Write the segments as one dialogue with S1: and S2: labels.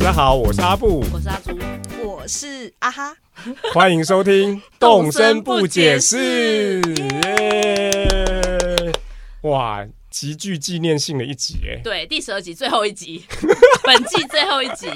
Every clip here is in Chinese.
S1: 家好，我是阿 布，
S2: 我是阿朱，
S3: 我是啊哈，
S1: 欢迎收听《
S2: 动身不解释》
S1: 耶！哇，极具纪念性的一集耶，
S2: 对，第十二集最后 一集，本季最后一集，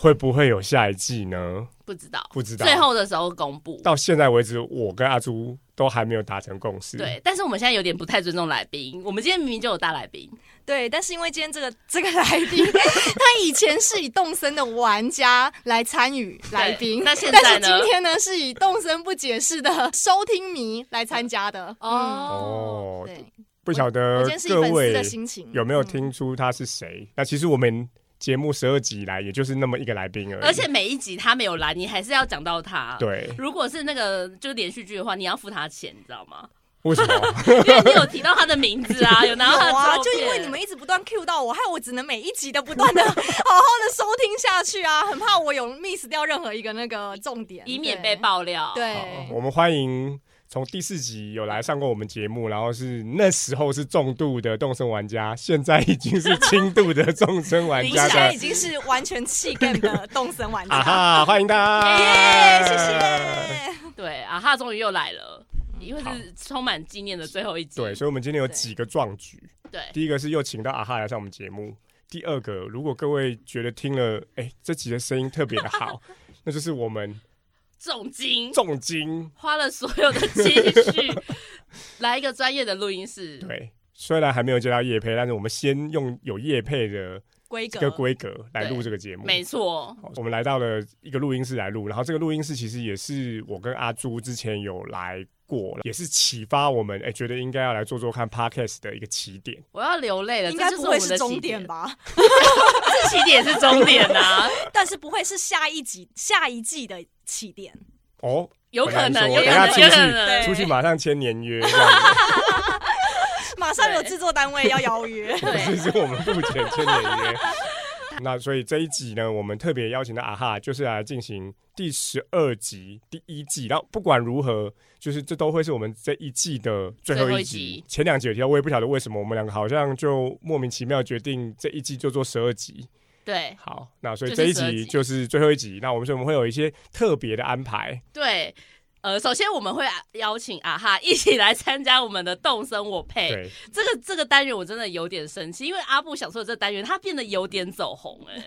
S1: 会不会有下一季呢？
S2: 不知道，
S1: 不知道
S2: 最后的时候公布。
S1: 到现在为止，我跟阿朱都还没有达成共识。
S2: 对，但是我们现在有点不太尊重来宾。我们今天明明就有大来宾，
S3: 对，但是因为今天这个 这个来宾，他以前是以动森的玩家来参与来宾，
S2: 那现在
S3: 但是
S2: 呢
S3: 今天呢是以动森不解释的收听迷来参加的。
S2: 哦，
S3: 嗯
S1: 哦，
S3: 对，
S1: 不晓
S3: 我
S1: 得
S3: 今天是以
S1: 各
S3: 粉丝
S1: 位
S3: 的心嗯情，
S1: 有没有听出他是谁？那其实我们节目十二集以来，也就是那么一个来宾而已。
S2: 而且每一集他没有来，你还是要讲到他。，
S1: 对，
S2: 如果是那个就连续剧的话，你要付他钱，你知 道吗？
S1: 为什么？
S2: 因为你有提到他的名字啊，有拿到
S3: 有
S2: 他的
S3: 啊，
S2: 照
S3: 就
S2: 片
S3: 因为你们一直不断 Q 到我，害我只能每一集的不 断的哦好好的收听下去啊，很怕我有 miss 掉任何一个那个重点，
S2: 以免
S3: 对
S2: 被。爆料。，
S1: 好
S3: 对，
S1: 我们欢迎从第四集有来上过我们节目，然后是那时候是重度的动身玩家，现在已经是轻度的动身玩
S3: 我
S1: 家
S3: 现在已
S1: 的。
S3: 经是完全弃 game 的动森玩
S1: 啊
S3: 家，
S1: 哈！欢迎他，
S3: 耶，谢谢。
S2: 对啊，他终于又来了，因为
S1: 嗯好
S2: 是充满纪念的最后一集。
S1: 对，所以我们今天有几个壮举。
S2: 对，
S1: 第一个是又请到啊哈来上我们节目。第二个，如果各位觉得听了，哎、这集的声音特别的 好，那就是我们
S2: 重金
S1: 重金
S2: 花了所有的积蓄，来一个专业的录音室。
S1: 对。虽然还没有接到叶配，但是我们先用有叶配的
S3: 规
S1: 这
S3: 格
S1: 个规格来录这个节目。
S2: 没错，
S1: 好我们来到了一个录音室来录，然后这个录音室其实也是我跟阿朱之前有来过，也是启发我们哎、觉得应该要来做做看 podcast 的一个起点。
S2: 我要流泪了。
S3: 应该
S2: 这就
S3: 不
S2: 我
S3: 会
S2: 们的
S3: 是
S2: 起
S3: 终点？吧？
S2: 这起点是终点 啊，
S3: 但是不会是下一集、下一季的起点。
S1: 哦，
S2: 有可能，
S1: 很难
S2: 有
S1: 说
S2: 可
S1: 等一下
S2: 能，
S1: 出
S2: 有可
S1: 去
S2: 能。，
S1: 出去马上签年约，这样
S3: 马上有制作单位要邀约
S2: 对
S1: 子， 是我们付钱签年约。那所以这一集呢，我们特别邀请到啊哈，就是来进行第十二集第一季。然后不管如何，就是这都会是我们这一季的最后
S2: 最后
S1: 一
S2: 一
S1: 集。
S2: 集
S1: 前两集有提到，我也不晓得为什么我们两个好像就莫名其妙决定这一季就做十二集。
S2: 对
S1: 好，那所以
S2: 就
S1: 这
S2: 是
S1: 一
S2: 12
S1: 集
S2: 集
S1: 就是最后一集。那我们所以我们会有一些特别的安排，
S2: 对，呃，首先我们会邀请啊哈一起来参加我们的动身我配
S1: 对，
S2: 这个这个单元，我真的有点生气，因为阿布想说的这单元，它变得有点走红哎、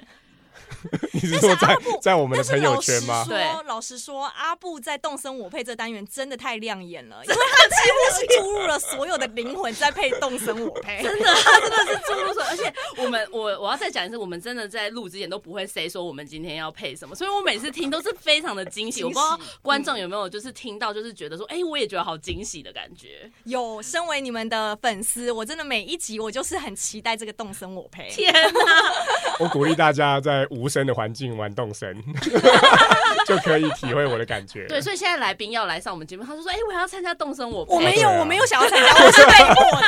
S1: 你是说在
S3: 但是阿布
S1: 在我们的
S3: 但是
S1: 朋友
S3: 老实
S1: 圈吗？
S3: 说，
S2: 对
S3: 老实说，阿布在动森我配这单元真的太亮眼了，因为他几乎是注入了所有的灵魂在配动森我配。
S2: 真的，他真的是注入所有，而且我们我我要再讲一次，我们真的在录之前都不会 say 说我们今天要配什么，所以我每次听都是非常的惊喜。
S3: 惊喜
S2: 我不知道观众有没有就是听到，就是觉得
S1: 嗯
S2: 说，哎、我也觉得好惊喜的感觉。
S3: 有，身为你们的粉丝，我真的每一集我就是很期待这个动森我配。
S2: 天哪、
S1: 我鼓励大家在无声的环境玩动 声，就可以体会我的感觉。
S2: 对，所以现在来宾要来上我们节目，他就说，哎、我要参加动身我配，哎
S3: 我没有，
S1: 对啊
S3: 我没有想要参加， 我是被迫的。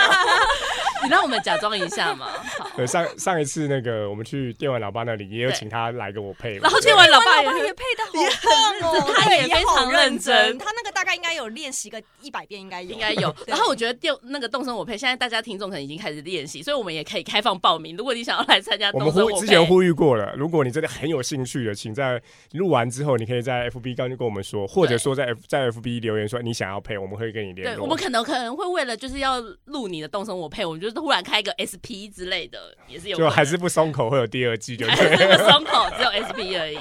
S2: 你让我们假装一下嘛。好，
S1: 对，上上一次那个我们去电玩老爸那里，也有
S2: 对
S1: 请他来给我配。
S2: 然后
S1: 对
S2: 电玩老
S3: 哎我
S2: 爸
S3: 爸
S2: 也
S3: 也
S2: 是，
S3: 配的好棒哦，
S2: 他也
S3: 对
S2: 非常
S3: 好
S2: 认
S3: 认
S2: 真
S3: 他那个大概应该有练习个一百遍，应该有，
S2: 应该有。
S3: 对
S2: 然后我觉得电那个动身我配，现在大家听众可能已经开始练习，所以我们也可以开放报名。如果你想要来参加
S1: 我
S2: 动
S1: 们
S2: 身我
S1: 呼
S2: 配，
S1: 之前呼吁过了，如果你真的很有兴趣的，请在录完之后，你可以在 FB 刚就跟我们说，或者说在 F 在 FB 留言说你想要配，我们会跟你联
S2: 对，
S1: 络。
S2: 我们可能可能会为了就是要录你的动身我配，我们就是突然开一个 SP 之类的，也是有可
S1: 就
S2: 能
S1: 还是不松口，会有第二季， 就
S2: 还
S1: 对。
S2: 是这个松口只有 SP 而已。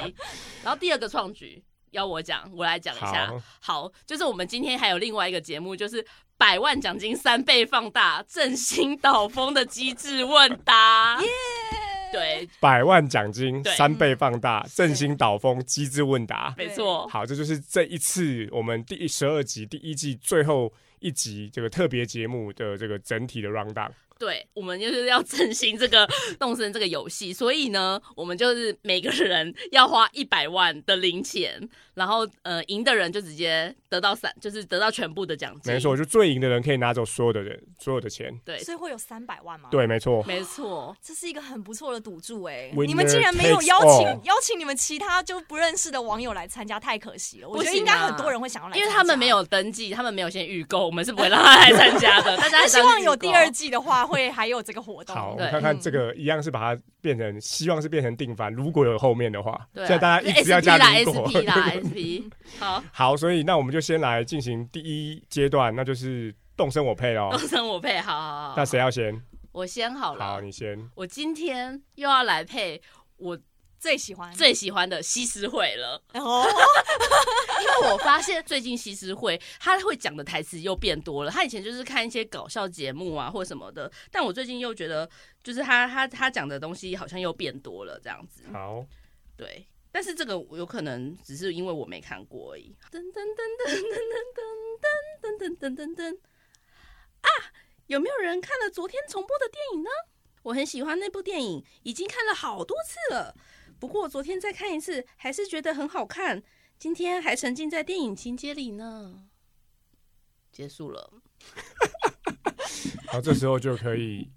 S2: 然后第二个创举要我讲，我来讲一下。好就是我们今天还有另外一个节目，就是百万奖金三倍放大振兴岛风的机智问答。对，
S1: 百万奖金
S2: 对嗯
S1: 三倍放大，振兴导风，机智问答。
S2: 没错，
S1: 好，这就是这一次我们第十二集第一季最后一集这个特别节目的这个整体的 round down。
S2: 对，我们就是要振兴这个 动身这个游戏，所以呢，我们就是每个人要花一百万的零钱，然后呃，赢的人就直接得到三，就是得到全部的奖金。
S1: 没错，，就最赢的人可以拿走所有的人所有的钱。
S2: 对，
S3: 所以会有三百万吗？。
S1: 对，没错。
S2: 没错。
S3: 这是一个很不错的赌注哎、
S1: Winner
S3: 你们竟然没有邀请
S1: takes all
S3: 邀请你们其他就不认识的网友来参加，太可惜了。我觉
S2: 不
S3: 得
S2: 行啊
S3: 应该很多人会想要来参
S2: 因
S3: 加，
S2: 为 他们没有登记，他们没有先预购，我们是不会让他来参加的。大家还
S3: 那
S2: 是
S3: 希
S2: 要
S3: 望
S2: 预
S3: 有
S2: 购
S3: 第二季的话，会还有这个活动。
S1: 好，我
S2: 对
S1: 们看看
S3: 嗯
S1: 这个一样是把它变成，希望是变成定番。如果有后面的话，
S2: 对啊，
S1: 现在大家一直要
S2: SP
S1: 加
S2: 啦
S1: 如果。
S2: SP 啦 SP，好，
S1: 好，所以那我们就先来进行第一阶段，那就是动身我配喽
S2: 都。生我配， 好好好。
S1: 那谁要先？
S2: 我先好了。
S1: 好，你先。
S2: 我今天又要来配我
S3: 最喜欢
S2: 最喜欢的西施会了，
S3: 哦，
S2: 因为我发现最近西施会他会讲的台词又变多了。他以前就是看一些搞笑节目啊或什么的，但我最近又觉得就是他他他讲的东西好像又变多了这样子。
S1: 好，
S2: 对，但是这个有可能只是因为我没看过而已。噔噔噔噔噔噔噔噔噔噔噔噔噔啊！有没有人看了昨天重播的电影呢？我很喜欢那部电影，已经看了好多次了。不过昨天再看一次，还是觉得很好看。今天还沉浸在电影情节里呢。结束了，
S1: 然后这时候就可以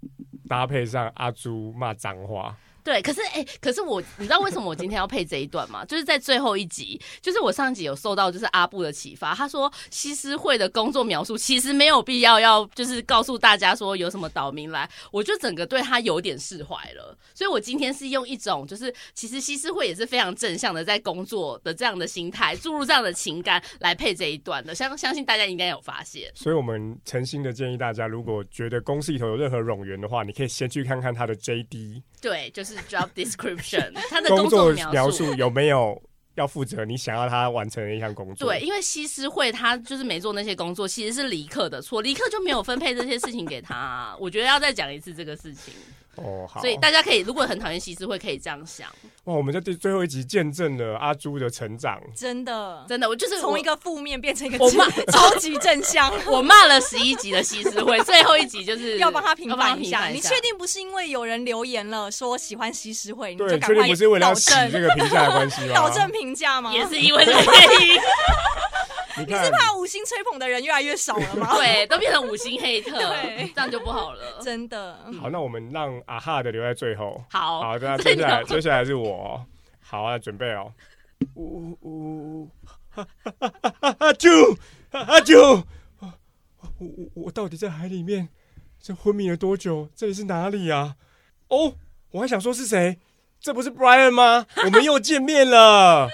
S1: 搭配上阿朱骂脏话。
S2: 对，可是哎、可是我，你知道为什么我今天要配这一段吗？就是在最后一集，就是我上一集有受到就是阿布的启发，他说西施会的工作描述其实没有必要要就是告诉大家说有什么岛民来，我就整个对他有点释怀了。所以我今天是用一种就是其实西施会也是非常正向的在工作的这样的心态，注入这样的情感来配这一段的，相相信大家应该有发现。
S1: 所以我们诚心的建议大家，如果觉得公司里头有任何冗员的话，你可以先去看看他的 JD
S2: 对，就是 job description，他的
S1: 工
S2: 工
S1: 作
S2: 作
S1: 描述有没有要负责你想要他完成的一项工作。
S2: 对，，因为西施会他就是没做那些工作，其实是李克的错，李克就没有分配这些事情给他、我觉得要再讲一次这个事情，
S1: 哦，好。
S2: 所以大家可以如果很讨厌西施会，可以这样想，
S1: 哇，我们在第最后一集见证了阿朱的成长。
S3: 真的
S2: 真的，我就是
S3: 从
S2: 我
S3: 一个负面变成一个
S2: 我骂
S3: 超级正向。
S2: 我骂了十一集的西施会，最后一集就是
S3: 要帮他平
S2: 要帮
S3: 反一下，你确定不是因为有人留言了说喜欢西施惠，你
S1: 对，
S3: 就
S1: 确
S3: 赶
S1: 定
S3: 快
S1: 不是为了要
S3: 导
S1: 洗这
S3: 正
S1: 个啊评价的关系吗？
S3: 导正评价吗？
S2: 也是因为这个原因，
S1: 你
S3: 你
S1: 看
S3: 是，怕五星吹捧的人越来越少了 吗？
S2: 对，都变成五星黑特，
S3: 对
S2: 这样就不好了。
S3: 真的，
S1: 好，那我们让啊哈的留在最后。
S2: 好，
S1: 好，那
S2: 所以
S1: 接
S2: 你
S1: 下
S2: 要
S1: 来接下来是我哦。好啊，准备哦。呜呜呜呜！阿啾阿啾！我我我到底在海里面这昏迷了多久？这里是哪里啊？哦，我还想说是谁？这不是 Brian 吗？我们又见面了。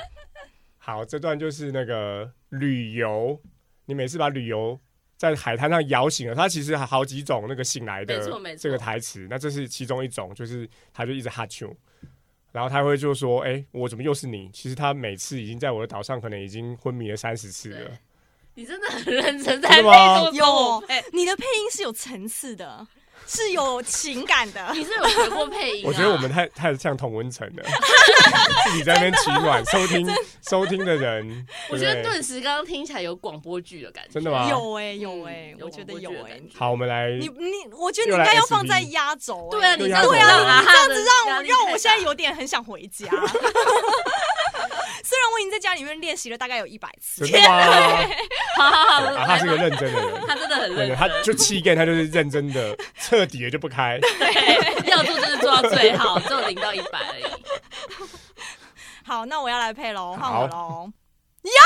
S1: 好，这段就是那个旅游。你每次把旅游在海滩上摇醒了，它其实还好几种那个醒来的
S2: 没错没错
S1: 这个台词。那这是其中一种，就是他就一直哈啾，然后他会就说：“哎、我怎么又是你？”其实他每次已经在我的岛上，可能已经昏迷了三十次了
S2: 对。你真的很认真在
S1: 真的吗
S2: 配这个我配
S3: 你的配音是有层次的，是有情感
S1: 啊
S3: 的。
S2: 你是有学过配音啊？
S1: 我觉得我们太太像童文成了， 自己在那边取暖，收 听收听的人，
S2: 我觉
S1: 对
S2: 得
S1: 不对
S2: 顿时刚刚听起来有广播剧的感觉，
S1: 真的吗
S3: 有哎、有
S2: 嗯
S3: 哎、
S2: 有
S3: 我觉得
S2: 我觉
S3: 有
S2: 得
S3: 哎、
S2: 感觉
S1: 好，我们来
S3: 你你，我觉得你
S1: 又
S3: 应
S1: 来
S3: 该要
S1: SB
S3: 放在压轴、哎
S2: 对啊，你
S1: 对
S2: 这
S1: 啊
S2: 样子
S1: 对啊
S2: 让阿哈
S3: 这
S2: 的
S3: 让
S2: 压
S3: 我
S2: 力
S3: 让
S2: 太
S3: 我
S2: 大
S3: 现在有点很想回家。 虽然我已经在家里面练习了大概有一百次，
S1: 真的 吗？
S2: 好好好，
S1: 啊，他是个认真的人，
S2: 他真的很
S1: 对
S2: 认
S1: 对，
S2: 真，
S1: 他就气干，他就是认真的，彻底的就不开。
S2: 对要做就是做到最好，只有零到一百而已。
S3: 好，那我要来配喽，换
S1: 好
S3: 我喽。呀！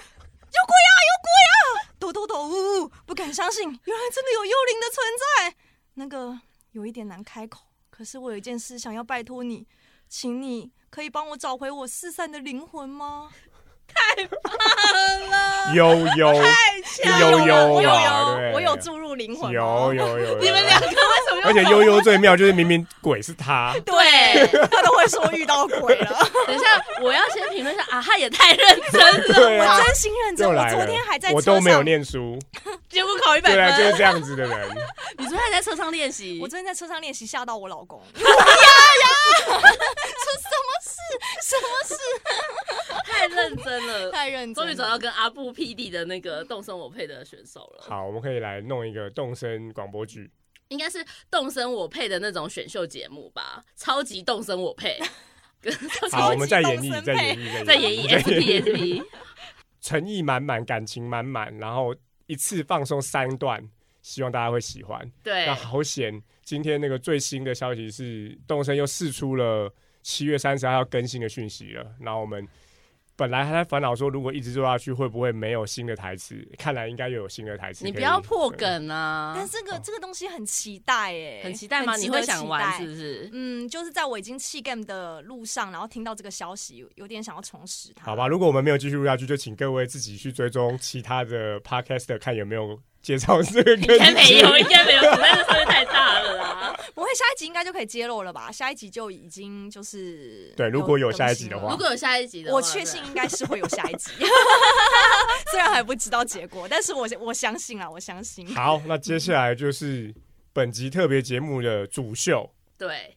S3: 有鬼呀！有鬼呀！抖抖抖，呜呜！不敢相信，原来真的有幽灵的存在。那个有一点难开口，可是我有一件事想要拜托你，请你可以帮我找回我四散的灵魂吗？
S1: 悠悠悠悠
S3: 我有
S1: 嘛，对
S3: 有，
S1: 不对，
S3: 我有注入灵魂吗，
S1: 有有有，
S2: 你们两个为什么
S1: 而且悠悠最妙就是明明鬼是 他，
S2: 对？
S3: 他都会说遇到鬼了。
S2: 等一下，我要先评论一下，啊哈也太认真了，
S1: 对啊
S3: 我，真心 认真，
S1: 又
S3: 我
S1: 来
S3: 昨
S1: 了
S3: 天还在，
S1: 我
S3: 车上，
S1: 都没有念书，
S2: 结果考一百
S1: 对啊，就
S2: 分
S1: 是。这样子的人，
S2: 你昨天还在车上练习
S3: 我，昨天在车上练习，吓到我 老公。呀呀，说什么事？什么
S2: 太认真
S3: 事？
S2: 了。
S3: 太认真
S2: 终于
S3: 了，
S2: 找到跟阿布 PD 的那个动身我配的选手了，
S1: 好，我们可以来弄一个动身广播剧，
S2: 应该是动身我配的那种选秀节目吧，超级动身我 配，啊
S1: 好，我们再演
S3: 动
S1: 绎，
S3: 身
S1: 再演
S3: 配
S1: 绎，
S2: 在 演绎 SP SP。
S1: 诚意满满，感情满满，然后一次放送三段，希望大家会喜欢。
S2: 对
S1: 那，好险，今天那个最新的消息是，动森又试出了七月三十号要更新的讯息了。然后我们本来还在烦恼说，如果一直做下去会不会没有新的台词？看来应该又有新的台词可以。
S2: 你不要破梗啊！
S3: 但这个这个东西很期待哎，
S2: 很期待吗？
S3: 很
S2: 你
S3: 值
S2: 会
S3: 得
S2: 想
S3: 期
S2: 玩
S3: 待
S2: 是不是？
S3: 嗯，就是在我已经弃 game 的路上，然后听到这个消息，有点想要重拾它。
S1: 好吧，，如果我们没有继续录下去，就请各位自己去追踪其他的 podcast，看有没有介绍这个歌
S2: 应该没
S1: 曲。
S2: 有，应该 没有，子弹稍微太大了啦。
S3: 不会下一集应该就可以揭露了吧？下一集就已经就是
S1: 对如果有下一集的
S3: 更
S1: 哇
S3: 新了
S1: 话
S2: 如果有下一集的话，
S3: 我确信应该是会有下 一集， 虽然还不知道结果，但是我我相信啊，我相信。
S1: 好，那接下来就是本集特别节目的主秀。
S2: 对。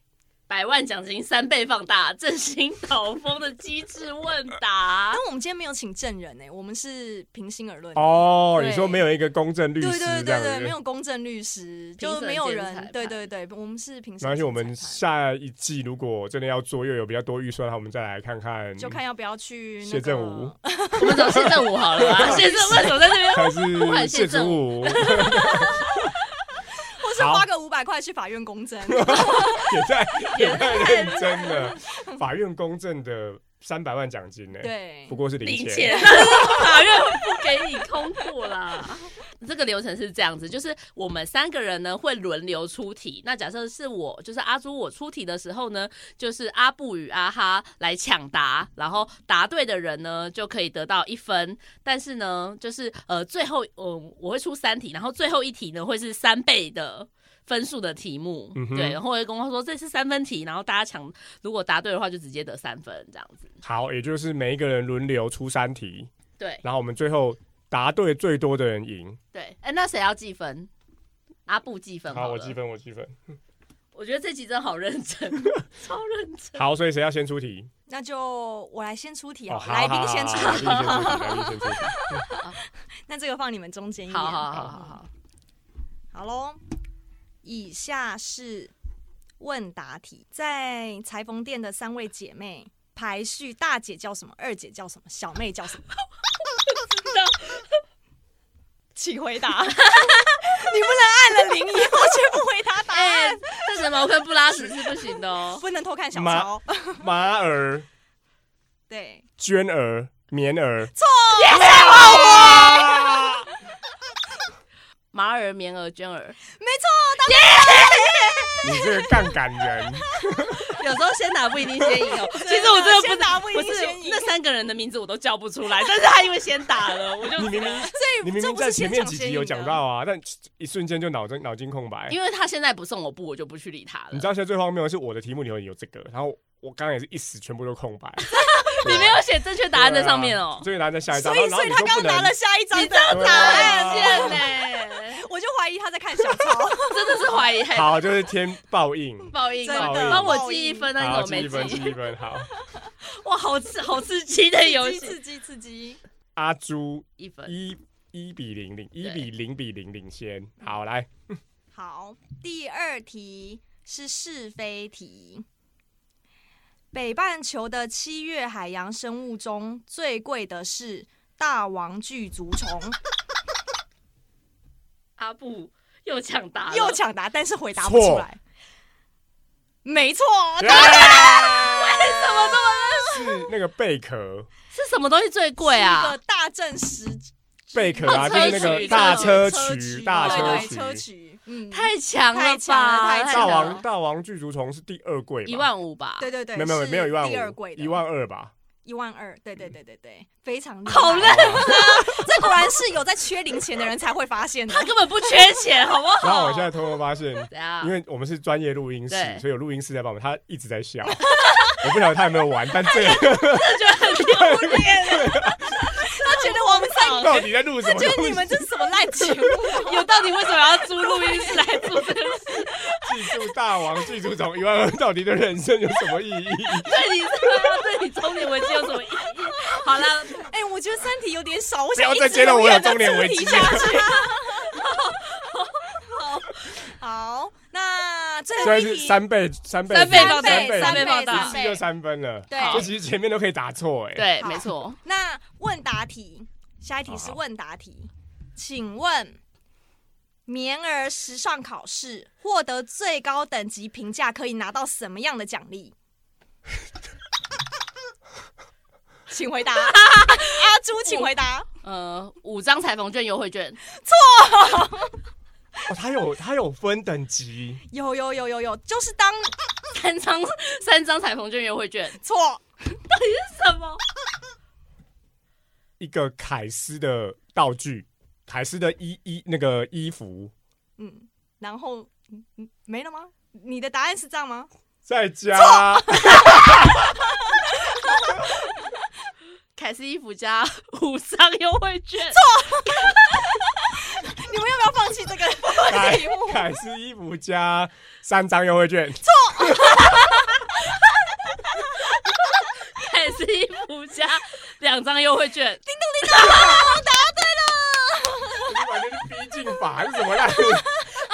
S2: 百万奖金三倍放大， 振兴导风的机智问答
S3: 但，我们今天没有请证人呢、我们是平心而论。
S1: 哦，
S3: 对
S1: 你说没有一个公正律
S3: 对
S1: 师
S3: 对
S1: 这
S3: 对
S1: 样
S3: 对，没
S1: 子。
S3: 有公正律师，
S2: 评审
S3: 就没有
S2: 兼裁
S3: 人
S2: 判。
S3: 对对对，我们是评
S1: 没
S3: 审。
S1: 关系，我们
S3: 裁判
S1: 下一季如果真的要做，又有比较多预算的话，我们再来看看，
S3: 就看要不要去那个
S1: 谢振武
S2: 我们找谢振武好了啊 吧？谢振武为什么在这边？
S1: 还
S2: 忽
S1: 是
S2: 然
S1: 谢
S2: 谢
S1: 祖
S2: 振
S1: 武
S3: 或是
S1: 好
S3: 花个五百块去法院公 证。
S1: 也太也太认真了。法院公正的三百万奖金呢？，
S3: 对
S1: 不，过是零
S2: 零
S1: 钱。
S2: 钱，但是法院不给你通过啦。 这个流程是这样子，就是我们三个人呢会轮流出题。那假设是我，就是阿朱，我出题的时候呢，就是阿布与阿哈来抢答，然后答对的人呢就可以得到一分。但是呢，就是呃最后嗯我会出三题，然后最后一题呢会是三倍的。 分数的题目，
S1: 嗯哼
S2: 对，然后我会跟他说这是三分题，然后大家抢，如果答对的话就直接得三分这样子，
S1: 好，也就是每一个人轮流出三题，
S2: 对。
S1: 然后我们最后答对最多的人赢。
S2: 对，哎、那谁要计分？阿布计分
S1: 好，
S2: 了
S1: 我积。分，我积分。
S2: 我觉得这集真的好认 真，超认真。
S1: 好，所以谁要先出题？
S3: 那就我来先出题
S1: 哦，好
S3: 好了，来宾先出
S1: 好
S3: 题。
S1: 好好好来宾先出题，来宾先出题。
S3: 那这个放你们中间一点。
S2: 好好好好好，
S3: 好喽，以下是问答题，在裁缝店的三位姐妹排序，大姐叫什么？二姐叫什么？小妹叫什 么？请回答。你 不能按了零以后却不回 答答
S2: 哎、
S3: 案，
S2: 这什么跟布拉什是不行的哦。
S3: 不能偷看小
S1: 妈
S3: 抄。
S1: 马儿、
S3: 对，
S1: 娟儿、棉儿，
S2: 马儿、棉儿、娟儿，
S3: 没错，
S1: 你这个杠杆 人，
S2: 有时候先打不一定先赢哦。 其实
S3: 的
S2: 我真的
S3: 先
S2: 不
S3: 打不一定
S2: 不是
S3: 先赢
S2: 那三个人的名字我都叫不出 来，但是他因为先打了，我就
S1: 你明明
S3: 所以
S1: 你明
S3: 这
S1: 明
S3: 不是
S1: 在前面几
S3: 现
S1: 集有
S3: 场先赢
S1: 讲
S3: 的
S1: 到啊，但一瞬间就脑筋脑筋空白。
S2: 因为他现在不送我布，我就不去理他了。
S1: 哎你知道现在最荒谬的是，我的题目里头有这个，然后我刚刚也是一时全部都空 白。
S2: 你没有写正确答案在上面
S1: 对啊
S2: 哦，
S1: 所以答案在下一张，
S3: 所以
S1: 然后
S3: 所以
S1: 你
S3: 他
S1: 说
S3: 刚
S1: 不
S3: 刚拿
S1: 能
S3: 了下一张哎
S2: 你哦
S3: 的
S2: 这
S1: 对
S3: 答
S1: 啊
S2: 太
S3: 案，
S2: 贱嘞，
S3: 我就怀疑他在看小抄。
S2: 真的是怀疑。
S1: 好，就是天报 应。
S2: 报应
S3: 真
S2: 哦，
S1: 的
S2: 帮我记一分啊！
S1: 好，
S2: 你怎
S1: 记
S2: 么
S1: 一分，
S2: 没
S1: 记
S2: 记？
S1: 一分。 好，
S2: 哇，好刺好刺激的游戏，
S3: 刺激刺激刺激！
S1: 阿朱
S2: 一分。
S1: 一一比零零，一比零比零领先。好，来，
S3: 好，第二题是是非题。北半球的七月海洋生物中最贵的是大王巨足虫，
S2: 阿布又抢答了，
S3: 又抢答，但是回答不出来。没错，
S1: 耶
S3: 答
S2: 什么都
S1: 是那个贝壳，
S2: 是什么东西最贵
S3: 是一
S2: 啊
S3: 个？大正时
S1: 贝壳啊，
S2: 哦
S1: 就是那
S2: 车
S1: 个
S2: 渠
S1: 大车
S3: 车
S1: 渠，大
S3: 对
S1: 车
S3: 对
S1: 渠。
S3: 车渠，嗯，
S2: 太强了
S3: 太强
S2: 吧！
S3: 了太强
S1: 大
S3: 了
S1: 王大王巨足虫是第二贵吧，
S2: 一万五吧，
S3: 对对对，
S1: 没有没有
S3: 是
S1: 没有一万
S3: 第二
S1: 五
S3: 贵，的
S1: 一万二 吧。
S3: 一万二，对对对对对，非常厉害
S2: 好累，
S3: 哦这果然是有在缺零钱的人才会发现的
S2: 他。根本不缺钱，好不好？
S1: 然后我现在偷偷发现，
S2: 怎样
S3: 啊
S1: 因？为我们是专业录音室，
S2: 对
S1: 所以有录音师在帮我们，他一直在笑。我不晓得他有没有玩，但 这个
S3: 他觉得我们在
S1: 到底在录什么
S3: 觉得
S1: 东
S3: 你
S1: 西？
S3: 们这是什么烂节目？
S2: 有到底为什么要租录音室来做这个事？
S1: 记住大王，记住从一万二，到底对人生有什么意义？
S2: 对你对你中年危机有什么意义？好了，
S3: 哎、我觉得三题有点少，我
S1: 不要
S3: 想
S1: 再揭露我有中年危机了
S3: 了。好，那最
S1: 所
S3: 后
S1: 以
S3: 一
S1: 是
S3: 题，
S1: 三倍，三倍，
S2: 三倍放大
S1: 三倍，
S2: 三
S3: 倍
S2: 倍放大
S1: 一次就三分了。
S3: 对
S1: 这其实前面都可以答错哎。，
S2: 对，
S3: 好
S2: 没错，
S3: 那问答题，下一题是问答题，请问。棉儿时尚考试获得最高等级评价，可以拿到什么样的奖励？ 请回答。阿朱，请回答。
S2: 呃，五张彩虹券优惠券，
S1: 哦，它有它有分等级，
S3: 有有有有有，就是当
S2: 三张三张彩虹券优惠券，
S3: 错
S2: 什么？
S1: 一个凯斯的道具，凯斯的衣衣那个衣服，
S3: 嗯，然后嗯嗯没了吗？你的答案是这样吗？
S1: 再加
S2: 凯斯衣服加五张优惠券，
S3: 你们要不要放弃这个
S1: 凯
S3: 题目？
S1: 凯斯衣服加三张优惠券，
S2: 凯斯衣服加两张优惠券，
S1: 完全是逼近法，是什么烂？欸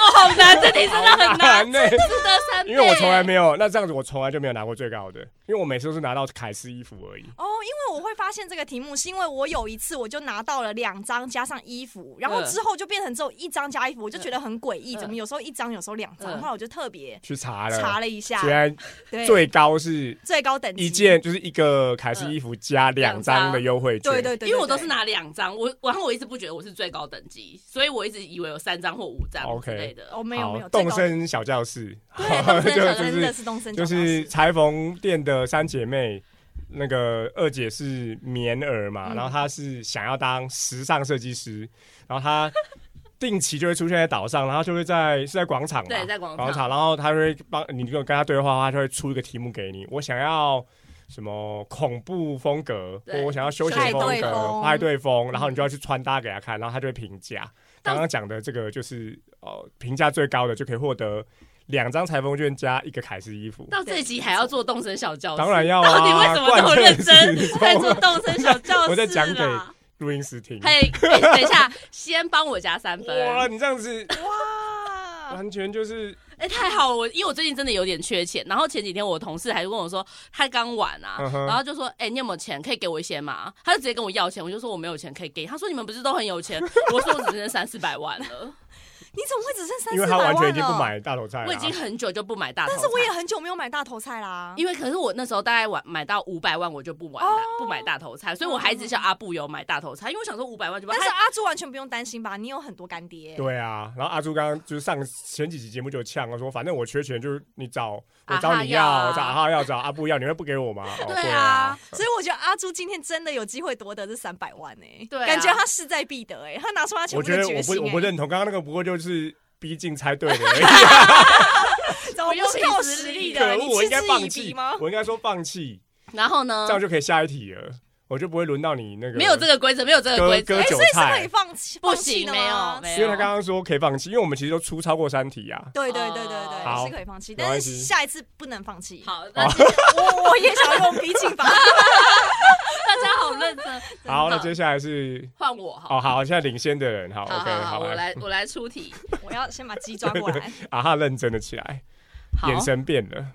S2: 哦，好难， 这题真的很难，
S1: 呢、
S2: 值得三 倍。
S1: 因为我从来没有，那这样子我从来就没有拿过最高的，因为我每次都是拿到凯斯衣服而已。
S3: 哦，因为我会发现这个题目，是因为我有一次我就拿到了两张加上衣服，然后
S2: 嗯
S3: 之后就变成只有一张加衣服，我就觉得很诡异，
S2: 嗯
S3: 怎么有时候一张，有时候两张？
S2: 嗯
S3: 后来我就特别
S1: 去查了，
S3: 查了一下，
S1: 原来
S3: 对，
S1: 最高是
S3: 最高等级
S1: 一，件，就是一个凯斯衣服加两张的优惠券。
S3: 对对对，
S2: 因为我
S3: 对
S2: 都是。拿两张，我然后我一直不觉得我是最高等级，所以我一直以为有三张或五张
S1: OK
S2: 之类
S3: 对
S2: 的。
S3: 哦，没有没有，
S1: 好，
S3: 最
S1: 动
S3: 高
S1: 身小教室，
S3: 对， 动
S1: 就
S3: 身小
S1: 就
S3: 真
S1: 是
S3: 的是动身，
S1: 就是裁缝店的三姐妹，那个二姐是棉儿嘛，
S2: 嗯
S1: 然后她是想要当时尚设计师，然后她定期就会出现在岛上，然后就会在是在广场嘛，
S2: 对在广场
S1: 广场，然后她会帮你如果跟她对话的话，她就会出一个题目给你，我想要。什么恐怖风格，
S2: 对
S1: 或我想要休
S3: 派
S1: 闲风
S3: 对
S1: 格、
S3: 风
S1: 派对风，然后你就要去穿搭给她看，然后她就会评价。
S2: 嗯
S1: 刚刚讲的这个就是哦，评价最高的就可以获得两张裁缝券加一个凯斯衣服。
S2: 到这集还要做动身小教室，
S1: 当然要啊！
S2: 到底为什么那么认真 在
S1: 关
S2: 做
S1: 键是
S2: 动身小教室
S1: 我在讲给
S2: 啦？
S1: 录音师听。
S2: 嘿，哎等一下，先帮我加三分。
S1: 哇，你这样子
S3: 哇，
S1: 完全就是
S2: 哎、太好了！我因为我最近真的有点缺钱，然后前几天我同事还跟我说，他刚玩啊
S1: 嗯哼
S2: 然后就说，哎、你有没有钱可以给我一些嘛？他就直接跟我要钱，我就说我没有钱可以给你。他说你们不是都很有钱？我说我只剩三四百万 了，
S3: 你怎么会只剩三
S1: 因
S3: 四
S1: 为
S3: 百
S1: 他
S3: 万
S1: 完全已经不
S3: 了
S1: 买大头菜了
S2: 哦我
S1: 啊。
S2: 已经很久就不买大头菜
S3: 但是我也很久没有买大头菜啦，
S2: 因为可是我那时候大概晚买到五百万，我就不玩大、
S3: 哦
S2: 不买大头菜，所以我还一直叫阿布有买大头菜，因为我想说五百万就不
S3: 但是
S2: 他
S3: 阿朱完全不用担心吧，你有很多干爹。
S1: 对啊，然后阿朱刚刚就是上前几集节目就呛了，说反正我缺钱，就是你找我
S2: 啊哈
S1: 找你
S2: 要啊
S1: 要，我找阿浩要，找阿布要，你会不给我吗？哦
S2: 对啊
S1: 对啊，
S3: 所以我觉得阿朱今天真的有机会夺得这三百万呢、欸
S2: 对啊
S3: 感觉他势在必得哎、他拿出他全
S1: 我
S3: 部
S1: 觉
S3: 的
S1: 得
S3: 决
S1: 我
S3: 心、欸、
S1: 不我不认同，刚刚那个不过就是逼近猜对 的而已。
S3: 怎么不是靠实力
S1: 可
S2: 啊
S3: 的？
S1: 恶，
S3: 你
S1: 我
S3: 嗤
S1: 应该
S3: 之
S1: 放
S3: 以鼻
S1: 弃
S3: 吗？
S1: 我应该说放弃，
S2: 然后呢
S1: 这，样就可以下一题了，我就不会轮到你那个
S2: 嗯没有这个规则，没有这个规
S1: 割
S2: 则
S1: 割
S3: 哎、
S1: 韭
S3: 所以是
S1: 菜
S3: 可以放弃，
S2: 不
S3: 放弃
S2: 行，
S3: 的
S2: 没有
S3: 吗？
S2: 没有，
S1: 因为他刚刚说可以放弃，因为我们其实都出超过三题啊。
S3: 对对对对对，
S1: 好
S3: 是可以放弃，
S1: 没
S3: 但
S1: 关
S3: 是
S1: 系
S3: 下一次不能放弃。
S2: 好，那
S3: 我我也想用逼近法，
S2: 大家好认真，
S1: 好，那
S2: 好
S1: 接下来是
S2: 换我哈。
S1: 哦，好，现在领先的人，好
S2: 好
S1: 哦，OK，
S2: 好好，我
S1: 来，
S2: 来我来出题。
S3: 我要先把鸡抓过来。
S1: 啊哈，认真的起来，
S2: 好
S1: 眼神变了，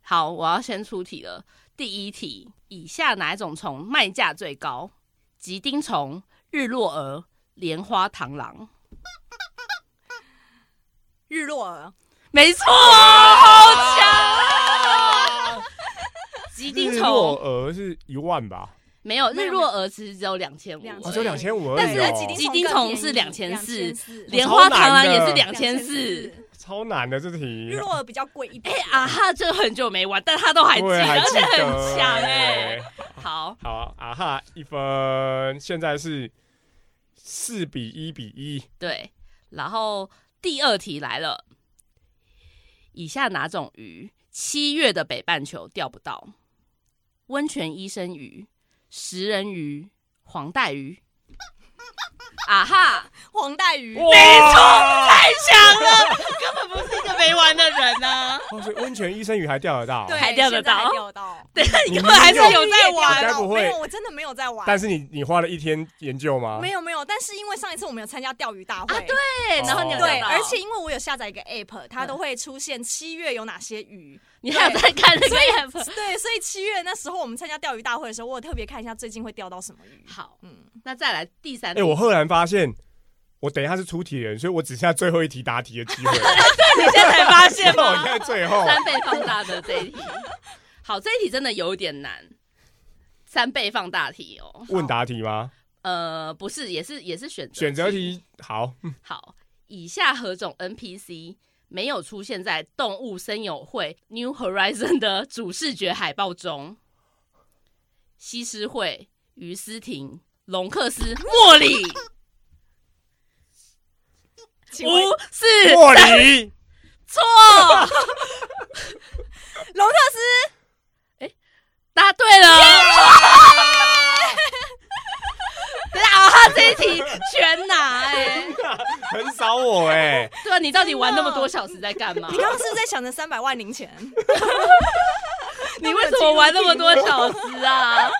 S2: 好，我要先出题了。第一题，以下哪一种虫卖价最高？吉丁虫、日落蛾、莲花螳螂。
S3: 日 落儿，
S2: 没错，好强！吉丁
S1: 日落
S2: 虫
S1: 额是一万吧？
S2: 没有，
S3: 没有
S2: 日落蛾其实只有两千五，
S3: 两
S1: 哦，
S3: 千
S1: 只有两千五而
S2: 但
S1: 已
S2: 是
S1: 哦，
S2: 鸡丁虫是
S3: 两
S2: 2400
S3: 四，
S2: 莲花螳螂也是
S1: 哦
S2: 两千四。
S1: 超难的这题
S3: 日，落儿比较贵一点
S2: 哎。啊哈，这个很久没玩，但他都还记
S1: 对，
S2: 得，
S1: 还
S2: 而
S1: 记
S2: 且
S1: 得，
S2: 很强哎、
S1: 哎
S2: 好，
S1: 好，啊哈，一分，现在是四比一比一，
S2: 对，然后第二题来了，以下哪种鱼七月的北半球钓不到？温泉医生鱼、食人鱼、黄带鱼。啊哈，
S3: 黄带鱼，
S1: 没错。
S2: 太强了， 根本不是一个没玩的人呐、啊。
S1: 哦，所以温泉医生鱼还钓得到，啊
S3: 对，
S2: 还钓得
S3: 现在还
S2: 到
S3: 钓得到。
S2: 对，
S1: 你
S2: 你根本还是
S1: 没
S2: 有在
S1: 你
S2: 玩。
S1: 该不会
S3: 哦没有，我真的没有在玩。
S1: 哦但是你你花了一天研究吗？
S3: 没有没有，但是因为上一次我们有参加钓鱼大会，
S2: 啊对，然后你有
S3: 对
S2: 钓到
S3: 而且因为我有下载一个 app，它都会出现七月有哪些鱼。
S2: 你还有在看那个 app。
S3: 对，所以七月那时候我们参加钓鱼大会的时候，我有特别看一下最近会钓到什么鱼。
S2: 好，
S3: 嗯，
S2: 那再来第三
S1: 哎、
S2: 题。
S1: 我赫然发现，我等一下是出题人，所以我只剩下最后一题答题的 机会。
S2: 你现在才发现
S1: 我
S2: 吗？
S1: 在最后，
S2: 三倍放大的这一题。好，这一题真的有点难。三倍放大题哦。
S1: 问答题吗？
S2: 呃，不是，也是也是选择
S1: 选择。 题好，
S2: 好，以下何种 NPC 没有出现在《动物森友会 New Horizon》的主视觉海报中？西施惠、于思婷、隆克斯、茉莉。
S3: 请问
S1: 哦
S2: 五四
S1: 莫离
S2: 错，
S3: 龙特斯
S2: 答对了。哦 等一下啊，他这一题全拿哎、
S1: 很少我哎、
S2: 对啊，你到底玩那么多小时在干嘛？
S3: 你刚刚是不是在想着三百万零钱？
S2: 你为什么玩那么多小时啊？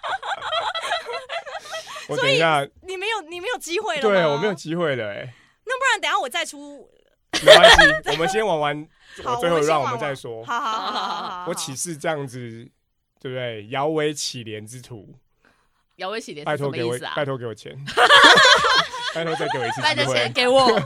S1: 我等一下，
S3: 你没有，你没有机会了。
S1: 对我没有。机会了哎、
S3: 那不然等一下我再出。
S1: 没关系，我 们先玩完，
S3: 好，
S1: 我最后
S3: 们先
S1: 让
S3: 玩
S1: 我们
S3: 完
S1: 再说。
S3: 好好好好好好。
S1: 我起誓这样子，对不对？摇尾乞怜之徒，
S2: 摇尾乞怜
S1: 拜
S2: 是什
S1: 托
S2: 么
S1: 给
S2: 意
S1: 我
S2: 思，啊？
S1: 拜托给我 钱， 拜托再给我一次
S2: 卖的
S1: 机
S2: 钱
S1: 会。
S2: 给我。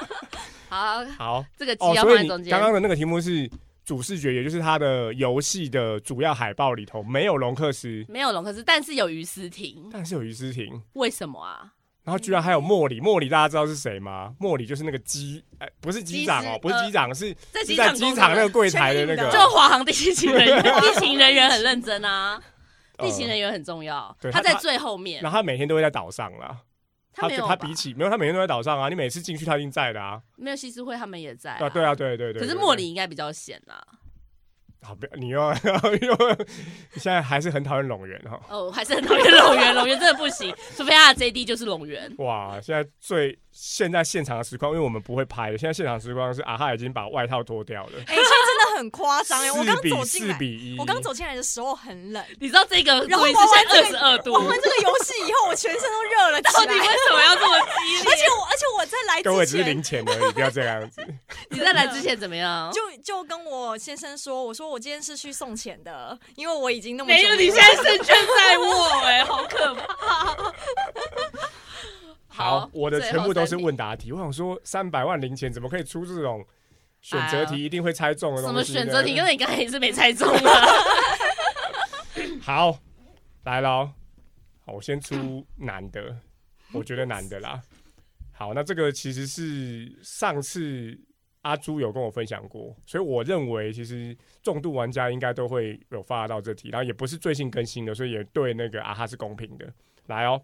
S2: 好，
S1: 好，
S2: 这个鸡
S1: 哦，
S2: 要放
S1: 所以
S2: 在中
S1: 你
S2: 间。
S1: 刚刚的那个题目是主视觉，也就是它的游戏的主要海报里头没有龙克斯，
S2: 没有龙克斯，但是有于思婷，
S1: 但是有于思婷。
S2: 为什么啊？
S1: 然后居然还有莫里，莫里大家知道是谁吗？莫里就是那个机，哎、不是机长
S2: 机
S1: 哦
S2: 师，呃
S1: 不是机长，是
S2: 在
S1: 是
S2: 机
S1: 在
S2: 场
S1: 机场那个柜台的那
S3: 全
S1: 个
S3: 运，
S2: 就
S3: 的
S2: 华航地勤人员，地勤人员很认 真啊，
S1: 呃
S2: 地勤人员很重要，
S1: 哦对
S2: 他
S1: 他
S2: 在最后面
S1: 然，后他每天都会在岛上啦。
S2: 他没有
S1: 他
S2: 吧
S1: 比起没有，他每天都在岛上啊。你每次进去，他一定在的啊。
S2: 没有西斯会他们也在
S1: 啊，对啊，对对对。
S2: 哎可是
S1: 对
S2: 莫里，应该比较闲啊啦。
S1: 好，不要你又 又，你现在还是很讨厌龙源哈。
S2: 哦，我 还是很讨厌龙源，龙源真的不行，除非他的 JD 就是龙源。
S1: 哇，现在最现在现场的时光，因为我们不会拍的，现在现场时光是啊哈已经把外套脱掉了，
S3: 哎，现在真的很夸张哎！我刚
S1: 四比
S3: 走进
S1: 四
S3: 来，
S1: 比一，
S3: 我刚走进来的时候很冷，
S2: 你知道这个
S3: 然后
S2: 录音
S3: 玩
S2: 室
S3: 完
S2: 现在
S3: 这个
S2: 二十二度，
S3: 玩完这个游戏以后，我全身都热了
S2: 到
S3: 起
S2: 底为
S3: 来。
S2: 什么要这么激
S3: 而
S2: 烈？
S3: 且我，而且我在
S2: 哎
S3: 来
S1: 各位
S3: 之
S1: 只是
S3: 前
S1: 零钱而已，不要这样子。
S2: 你在来之前怎么样？
S3: 就就跟我先生说，我说我今天是去送钱的，因为我已经那么
S2: 没
S3: 久
S2: 有，
S3: 没
S2: 你现在胜券在握，哎， 好可怕。
S1: 好，我的
S2: 最
S1: 全
S2: 后
S1: 部都
S2: 三
S1: 是
S2: 题
S1: 问答题。我想说，三百万零钱怎么可以出这种选择
S2: 哎
S1: 题一定会猜中的东
S2: 什
S1: 西？
S2: 么选择题，因？为你刚才也是没猜中啊。
S1: 好，来喽。好，我先出男的，我觉得男的啦。好，那这个其实是上次阿朱有跟我分享过，所以我认为其实重度玩家应该都会有发到这题，然后也不是最新更新的，所以也对那个啊哈是公平的。来哦，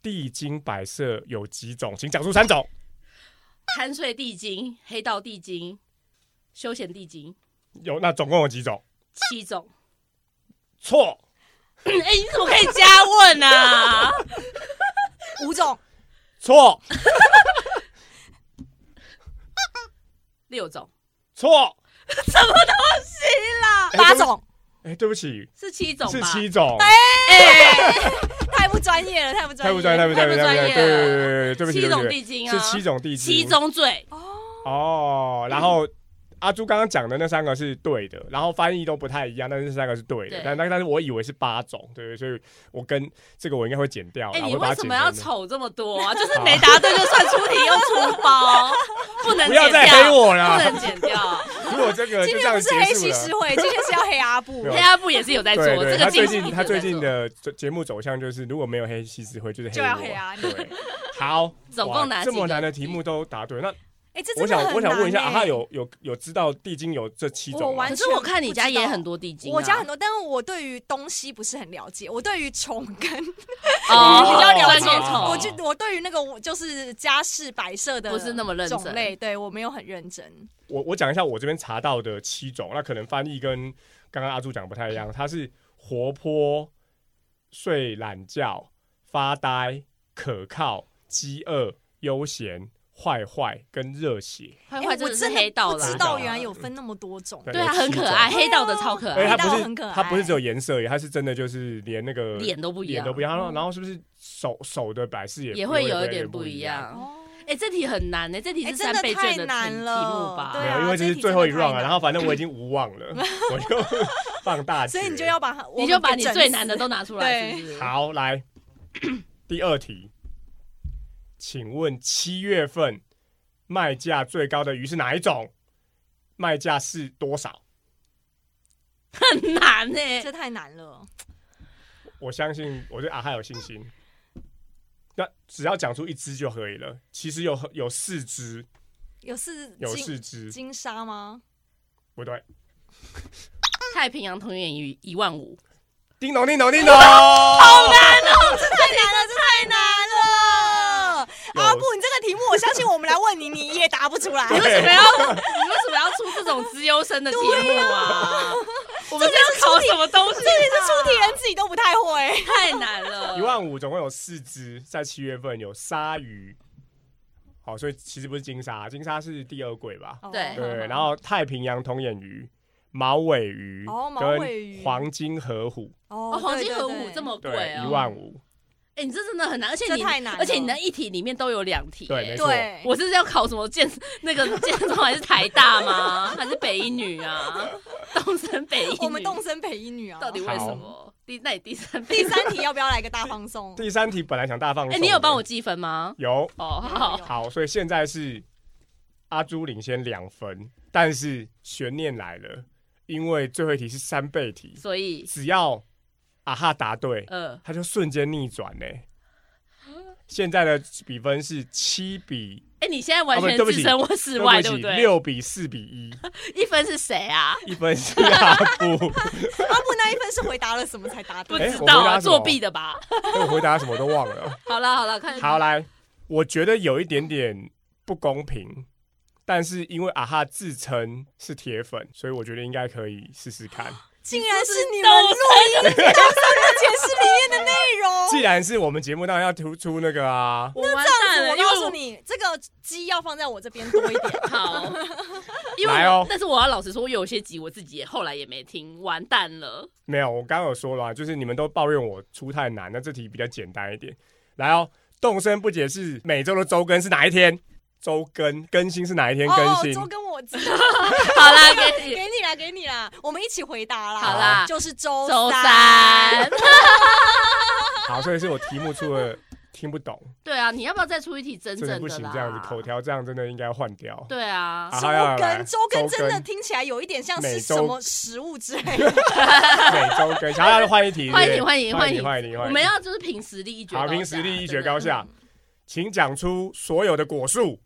S1: 地精摆设有几种？请讲出三种。
S2: 贪税地精、黑道地精、休闲地精，
S1: 有，那总共有几种？
S2: 七种。
S1: 错，
S2: 哎、你怎么可以加问啊？
S3: 五种
S1: 错，
S2: 六种，
S1: 错，
S3: 啦，
S1: 哎
S3: 八
S1: 对不
S3: 种，
S1: 哎、对不起，
S2: 是七种吧？
S1: 是七种，
S3: 太不专业了，太不专
S1: 太
S3: 业，
S1: 不专业，太不专业，
S2: 太不专
S1: 太不专
S2: 业
S1: 业，对对对对对，对不起，
S2: 七
S1: 对
S2: 种
S1: 不起，
S2: 地精啊，
S1: 是七种地基，
S2: 七宗罪。
S1: 哦。然后阿朱刚刚讲的那三个是对的，然后翻译都不太一样，但是那三个是对的
S2: 对，
S1: 但但但是我以为是八种，对对，所以我跟这个我应该会剪掉，
S2: 哎、
S1: 然后
S2: 你
S1: 会把它
S2: 为什
S1: 剪
S2: 么要
S1: 成
S2: 丑这么多啊？就是没答对就算出题又 出包，不能
S1: 不要
S2: 剪
S1: 再黑
S2: 掉，
S1: 我
S2: 不
S1: 了，
S2: 能剪掉。
S1: 如果这个
S3: 今
S1: 呃就这
S3: 天
S1: 样
S3: 不
S1: 结
S3: 是黑
S1: 束
S3: 西
S1: 了
S3: 施。会，今天是要黑阿布
S1: 没有
S2: 黑。阿布也是有在做
S1: 对
S2: 这
S1: 对，
S2: 个
S1: 他最
S2: 进行
S1: 近
S2: 一直在做，
S1: 他最近的节节目走向就是，如果没有黑西施会，就是黑
S3: 就要
S1: 我
S3: 黑 啊
S1: 对，好，
S2: 总
S1: 哇
S2: 共哪
S1: 这
S2: 几
S1: 么
S2: 个
S1: 难的题目都答对？那
S3: 哎，这
S1: 我
S3: 真的
S1: 想
S3: 很
S1: 我想问一下，
S3: 难
S1: 啊
S3: 欸
S1: 他有有有知道地精有这七
S3: 我
S1: 种吗
S3: 完
S2: 可？是我看你家也很多地精、啊，
S3: 我家很多，但是我对于东西不是很了解，我对于虫跟
S2: 哦，
S3: 比较了
S2: 钻
S3: 解
S2: 戒
S1: 哦
S2: 虫，
S3: 我就我对于那个就是家饰摆设的
S2: 不是那么认真
S3: 种类，对我没有很认真。
S1: 我我讲一下我这边查到的七种，那可能翻译跟刚刚阿朱讲不太一样，它是活泼、睡懒觉、发呆、可靠、饥饿、悠闲、坏坏跟热血。
S2: 坏
S3: 哎
S2: 坏
S3: 我
S2: 真的是
S3: 真
S2: 黑道
S3: 不
S2: 啦，
S3: 知道原来有分那么多种，
S2: 对啊，
S1: 有
S2: 很
S1: 七
S2: 可
S1: 种
S2: 爱，
S3: 对啊
S2: 黑道的超可
S1: 而且
S2: 爱
S1: 哎它不
S3: 黑，道很
S1: 是
S3: 可爱
S1: 它不是只有颜色而已，它是真的就是连那个
S2: 脸都不一
S1: 脸
S2: 样
S1: 都不一。样，然后然后是不是手手的摆饰也
S2: 也会有
S1: 有
S2: 一点不
S1: 不
S2: 一
S1: 样？
S2: 样，
S3: 哦
S2: 哎、这题很难呢、这题
S3: 哎
S2: 是
S3: 真
S2: 三
S3: 的
S2: 倍
S3: 太
S2: 卷的
S3: 难
S2: 题
S3: 了
S2: 题目吧？
S3: 对
S1: 没
S3: 啊
S1: 有，因为
S3: 这
S1: 这是
S3: 题
S1: 最
S3: 真
S1: 后
S3: 的
S1: 一
S3: 太
S1: round 了，
S3: 难
S1: 然后反正我已经无望了， 我就放大决。
S3: 所以你就要把我
S2: 你就
S3: 们
S2: 把
S3: 给
S2: 你
S3: 整
S2: 最难的都拿出来，
S3: 对
S2: 是不是？
S1: 好来 第二题，请问七月份卖价最高的鱼是哪一种？卖价是多少？
S2: 很难呢、
S3: 这太难了。
S1: 我相信我对阿哈有信 心。那只要讲出一只就可以了，其实有有四只，
S3: 有四
S1: 有
S3: 金
S1: 四只，
S3: 金沙吗？
S1: 不对，
S2: 太平洋同源于一万五，
S1: 叮咚叮咚叮 咚，好
S2: 哦
S3: 太难了，这太难了！
S1: 有
S3: 阿布，你这个题目，我相信我们来问你，你也答不出 来。
S2: 你为什么要你为什么要出这种资优生的题目啊？ 我们这是考什么东西啊
S3: 这？里是出题人自己都不太会。
S2: 太难了，
S1: 一万五总共有四只，在七月份有鲨鱼，好，所以其实不是金鲨，金鲨是第二贵吧？
S3: 哦
S2: 对
S1: 对，然后太平洋童眼鱼、毛尾鱼
S3: 哦毛尾鱼
S1: 跟黄金河虎，
S3: 哦
S2: 哦，黄金河
S3: 对
S2: 虎
S3: 对
S2: 这么贵
S1: 对，
S2: 哦，
S1: 一万五，
S2: 哎、你这真的很难，而且
S3: 这
S2: 你
S3: 太难了
S2: 而且你那一题里面都有两题、
S1: 对
S2: 哎
S1: 没错
S3: 对，
S2: 我是要考什么建 那个建中还是台大吗？还是北一女啊？东森北一女，
S3: 我们动身陪一女啊。
S2: 到底为什么？第那你第三
S3: 第
S2: 第
S3: 三题要不要来个大放送？
S1: 第三题本来想大放
S2: 哎、
S1: 送的，
S2: 你有帮我计分吗？
S1: 有
S2: 哦，
S3: 有
S2: 好，
S3: 有
S1: 好，所以现在是阿朱领先两分，但是悬念来了，因为最后一题是三倍题，
S2: 所以
S1: 只要啊哈答对，
S2: 呃，
S1: 他就瞬间逆转 呢、现在的比分是七比，
S2: 哎、你现在完
S1: 啊不
S2: 全
S1: 对不
S2: 置
S1: 起
S2: 身我事外，对
S1: 不
S2: 不
S1: 起，
S2: 对？
S1: 六比四比一，
S2: 一分是谁啊？
S1: 一分是阿布。
S3: 阿布那一分是回答了什么才答
S2: 不
S3: 对？
S1: 哎
S2: 知道
S1: 我回
S2: 啊，
S1: 答什么
S2: 作弊的吧？
S1: 哎 我回答什么都忘了。
S2: 好了好了，看
S1: 好，来，我觉得有一点点不公平，但是因为啊哈自称是铁粉，所以我觉得应该可以试试看。
S3: 竟然是你们
S2: 斗争
S3: 录解释里面的内容。
S1: 既然是我们节目，当然要突出那个啊。
S2: 我完蛋了，
S3: 我
S2: 因为
S3: 告诉你，这个鸡要放在我这边多一点。
S2: 好，因为
S1: 来哦
S2: 但是我要老实说，我有些集我自己也后来也没听，完蛋了。
S1: 没有，我刚刚有说了啊、就是你们都抱怨我出太难，那这题比较简单一点。来哦，动身不解释每周的周更是哪一天？周更更新是哪一天更
S3: 哦，
S1: 新？
S3: 周跟我知道，
S2: 好啦， 给你
S3: 给你啦，给你啦，我们一起回答啦。
S2: 好啦
S3: 就是周
S2: 周。三。
S1: 好，所以是我题目出了听不懂，
S2: 对啊，你要不要再出一题真
S1: 真
S2: 正
S1: 的不
S2: 的
S1: 行，
S2: 啦？
S1: 这样子口条这样真的应该换 掉。
S2: 对啊，
S1: 啊
S3: 周
S1: 好来来
S3: 更，周更真的
S1: 周更
S3: 听起来有一点像是
S1: 每
S3: 什
S1: 周
S3: 么食物之类的。
S1: 每周更，想要换一题，
S2: 欢
S1: 对
S2: 迎
S1: 不对
S2: 欢迎
S1: 换
S2: 迎
S1: 换一题，换一题
S2: 我们要就是凭实力一决高
S1: 好
S2: 下，
S1: 凭实力一决高
S2: 真的
S1: 下，请讲出所有的果树。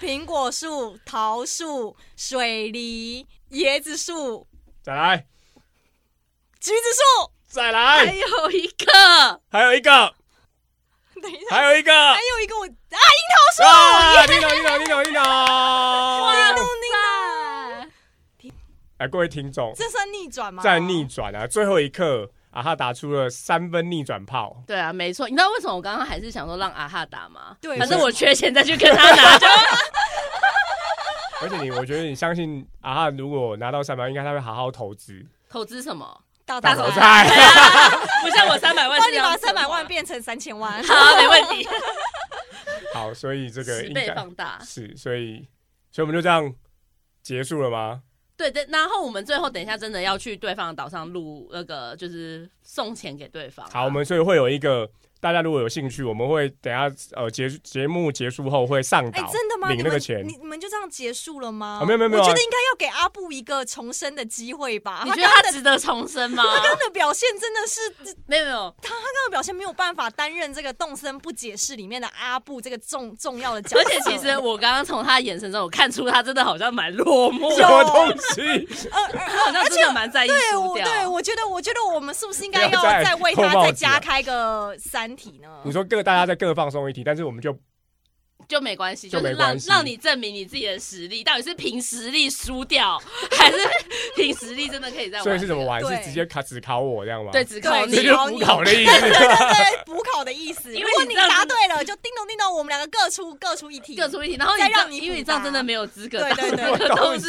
S3: 苹果树、桃树、水梨、椰子树、
S1: 再来，
S3: 橘子树。
S1: 再
S2: 还
S1: 来，
S2: 有一个，
S1: 还有一个，
S3: 等一下，
S1: 还有一个，
S2: 哎
S3: 还有一个我啊，樱桃树。
S1: 哇！听懂，听懂，听懂，听懂。
S2: 在
S1: 哎，各位听众，
S3: 这算逆转吗？
S1: 在逆转啊，最后一刻啊，他打出了三分逆转炮。
S2: 对啊，没错。你知道为什么我刚刚还是想说让阿哈打吗？
S3: 对
S2: 反正我缺钱再去跟他拿 就。
S1: 而且你，我觉得你相信啊，他如果拿到三百万，应该他会好好投资
S2: 投资哦什么？
S3: 大
S1: 大
S3: 头
S1: 头
S3: 菜，
S1: 菜。
S2: 不像我三百 万，
S3: 帮你把三百万。变成三千万。
S2: 好，没问题，
S1: 好，所以这个
S2: 十
S1: 应
S2: 倍
S1: 该
S2: 放大。
S1: 是，所以，所以我们就这样结束了吗？
S2: 对对，然后我们最后等一下真的要去对方的岛上录那个，就是送钱给对方啊。
S1: 好，我们所以会有一个。大家如果有兴趣，我们会等一下呃结束节目结束后会上
S3: 哎
S1: 岛，
S3: 真的吗？
S1: 领
S3: 你
S1: 那
S3: 们
S1: 个钱
S3: 你。你们就这样结束了吗？
S1: 啊没有没有没有
S3: 我
S1: 啊
S3: 觉得应该要给阿布一个重生的机会吧。
S2: 你
S3: 他
S2: 觉得
S3: 刚
S2: 他
S3: 的
S2: 值得重生吗？
S3: 他刚的表现真的是，他
S2: 没有没 有，
S3: 刚的表现没有办法担任这个动森不解释里面的阿布这个重重要的角色。
S2: 而且其实我刚刚从他的眼神中，我看出他真的好像蛮落 寞，
S1: 什么东西？
S2: 他好像真的蛮在意
S3: 对
S2: 输
S3: 我
S2: 掉。
S3: 对我觉得我觉得我们是不是应该
S1: 不要
S3: 要
S1: 再
S3: 再为
S1: 扣
S3: 他
S1: 帽
S3: 再
S1: 子
S3: 加
S1: 了
S3: 开个三题 呢
S1: 你？说各大家再各放松一题，但是我们就
S2: 就没关系，
S1: 就
S2: 就是
S1: 没
S2: 让
S1: 关系
S2: 让你证明你自己的实力，到底是凭实力输掉， 还是凭实力真的可以再玩？
S1: 所以是怎么玩？
S3: 对
S1: 是直接考只考我这样吗？
S2: 对，，只靠你
S1: 这
S3: 对。
S1: 就是补考的意
S3: 对
S1: 思。
S3: 对对，补考的意思。
S2: 因
S3: 如
S2: 为
S3: 果
S2: 你
S3: 你
S2: 这样
S3: 答
S2: 子
S3: 对了，就叮咚叮咚，我们两个各出各出一题。
S2: 各出一题，然后你
S3: 再
S2: 这样
S3: 让你
S2: 因为你
S3: 补
S2: 这样
S3: 答
S2: 真的没有资格
S3: 对
S2: 当
S3: 对对
S2: 那个都是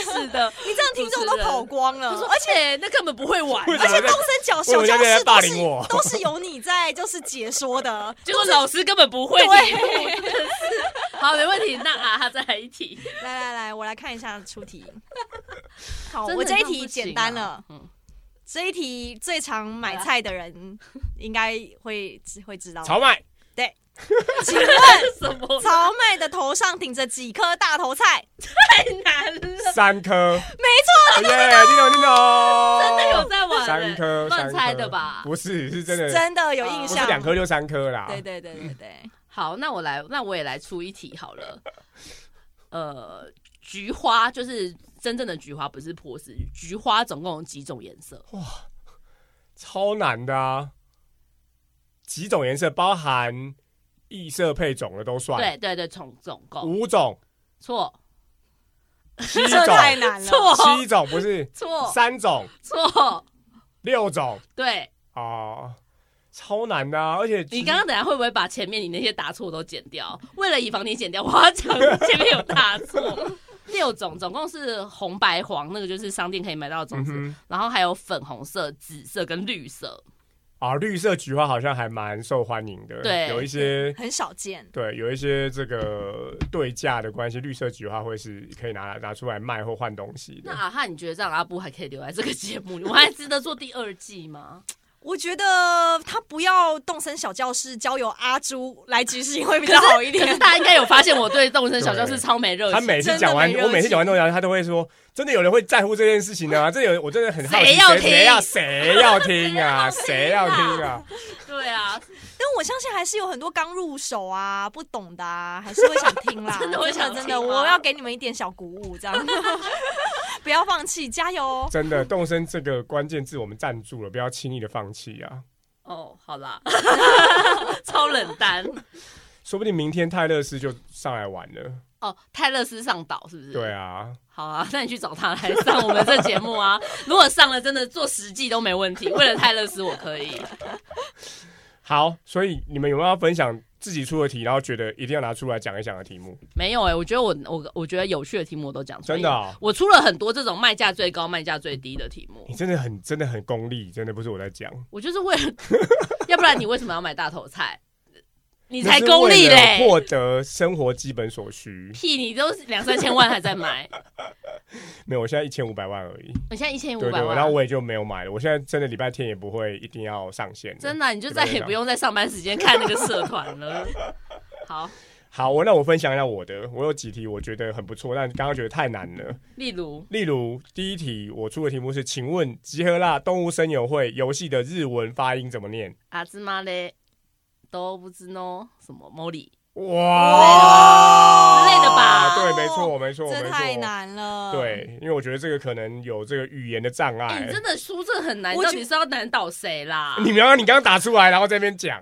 S2: 是的，
S3: 你这样听众都跑光了
S2: 他说，
S3: 而
S2: 而
S3: 且
S2: 且那根本不会玩
S1: 为，什
S3: 而
S1: 么
S3: 且
S1: 在
S3: 动身角
S1: 为什
S3: 小
S1: 么
S3: 教
S1: 在
S3: 室
S1: 霸
S3: 都
S1: 凌
S3: 是
S1: 我
S3: 都是有你在，就是解说的。
S2: 结果老师根本不会
S3: 对
S2: 题目。真的是 好，没问题，那啊，他再来一题。
S3: 来来来，我来看一下出题。好，
S2: 真的
S3: 我这一
S2: 这样
S3: 题
S2: 不行啊
S3: 简单了。
S2: 嗯
S3: 这一题最常买菜的人应该会知会知道。
S1: 炒麦，
S3: 对，请问
S2: 什么
S3: 曹妹的头上顶着几颗大头菜？
S2: 太难了？
S1: 三颗，
S3: 没错，
S1: 耶，听懂听懂，
S2: 真的有在玩、
S1: 三颗，
S2: 欸，乱
S1: 三
S2: 猜
S1: 颗
S2: 的吧？
S1: 不是，是真的，
S3: 真的有印
S1: 不
S3: 象
S1: 啊是。两颗啊就三颗啦，
S3: 对对对对对，
S2: 好，那我来，那我也来出一题好了。呃，菊花就是真正的菊花，不是波斯菊。菊花总共有几种颜色？
S1: 超难的啊！几种颜色，包含异色配种的都算，
S2: 对对对，总总共
S1: 五 种、
S2: 错
S1: 七
S3: 这
S1: 种、
S3: 太难了。
S2: 错
S1: 七种不是
S2: 错
S1: 三种、
S2: 错，
S1: 六种
S2: 对
S1: 哦，超难的、啊，而且
S2: 你刚刚等下会不会把前面你那些答错都剪掉？为了以防你剪掉，我要讲前面有答 错。六种，总共是红、白、黄，那个就是商店可以买到的种
S1: 嗯
S2: 子，
S1: 哼
S2: 然后还有粉红色、紫色跟绿色。
S1: 啊，绿色菊花好像还蛮受欢迎的，
S2: 对
S1: 有一些。
S3: 很少见，
S1: 对，有一些这个对价的关系，绿色菊花会是可以拿拿出来卖或换东西
S2: 那
S1: 的。
S2: 阿汉，你觉得让阿布还可以留在这个节目里，我还值得做第二季 吗？
S3: 我觉得他不要动身小教室，交由阿朱来执行会比较好一
S2: 可是
S3: 点。
S2: 大家应该有发现，我对动身小教室超没热情。
S1: 他每次
S3: 真的
S1: 讲完，
S3: 没热
S1: 我每次
S3: 情
S1: 讲完东西，他都会说：“真的有人会在乎这件事情呢、啊？真的有，我真的很好奇，
S2: 谁要
S1: 谁谁
S2: 听
S1: 要谁要听啊？谁
S2: 谁
S1: 要
S2: 要
S1: 听
S2: 听啊
S1: 啊？
S2: 对 啊，
S3: 但我相信还是有很多刚入手啊、不懂的啊，还是会想听 啦。
S2: 真的会
S3: 真
S2: 想
S3: 的
S2: 听
S3: 真的，
S2: 吗
S3: 我要给你们一点小鼓舞，这样 不要放弃，加油哦！
S1: 真的，动身这个关键字我们站住了，不要轻易的放弃啊！
S2: 哦，好啦， 超冷淡。
S1: 说不定明天泰勒斯就上来玩了。
S2: 哦，泰勒斯上岛是不是？
S1: 对啊，
S2: 好啊，那你去找他来上我们这节目啊。 如果上了，真的做实际都没问题。为了泰勒斯，我可以。
S1: 好，所以你们有没有要分享自己出的题，然后觉得一定要拿出来讲一讲的题目？
S2: 没有哎、我觉得我我我觉得有趣的题目我都讲出来。
S1: 真的、哦，
S2: 我出了很多这种卖价最高、卖价最低的题目
S1: 你。真的很真的很功利，真的不是我在讲，
S2: 我就是为了， 要不然你为什么要买大头菜？你
S1: 你
S2: 才功利嘞！
S1: 获得生活基本所需。
S2: 屁，你都两三千万还在买，
S1: 没有，我现在一千五百万而已。
S2: 你现在一千五
S1: 对
S2: 百
S1: 对，
S2: 万，
S1: 然后我也就没有买了。我现在真的礼拜天也不会一定要上线。
S2: 真的啊、你就再也不用在上班时间看那个社团了。好，
S1: 好，我那我分享一下我的，我有几题我觉得很不错，但刚刚觉得太难了。
S2: 例如
S1: 例如第一题，我出的题目是：请问集合啦动物森友会游戏的日文发音怎么念？
S2: 阿兹玛嘞，都不知喏什么 Molly
S1: 哇，
S2: 之类的吧
S1: 对，没错，没错，
S3: 这
S1: 没
S3: 太
S1: 错。
S3: 难了。，
S1: 对，因为我觉得这个可能有这个语言的障
S2: 哎、
S1: 碍
S2: 你。真的书这很难，你
S3: 我
S2: 到
S3: 觉
S2: 底是要难倒谁啦？
S1: 你刚刚你刚刚打出来，然后在那边讲，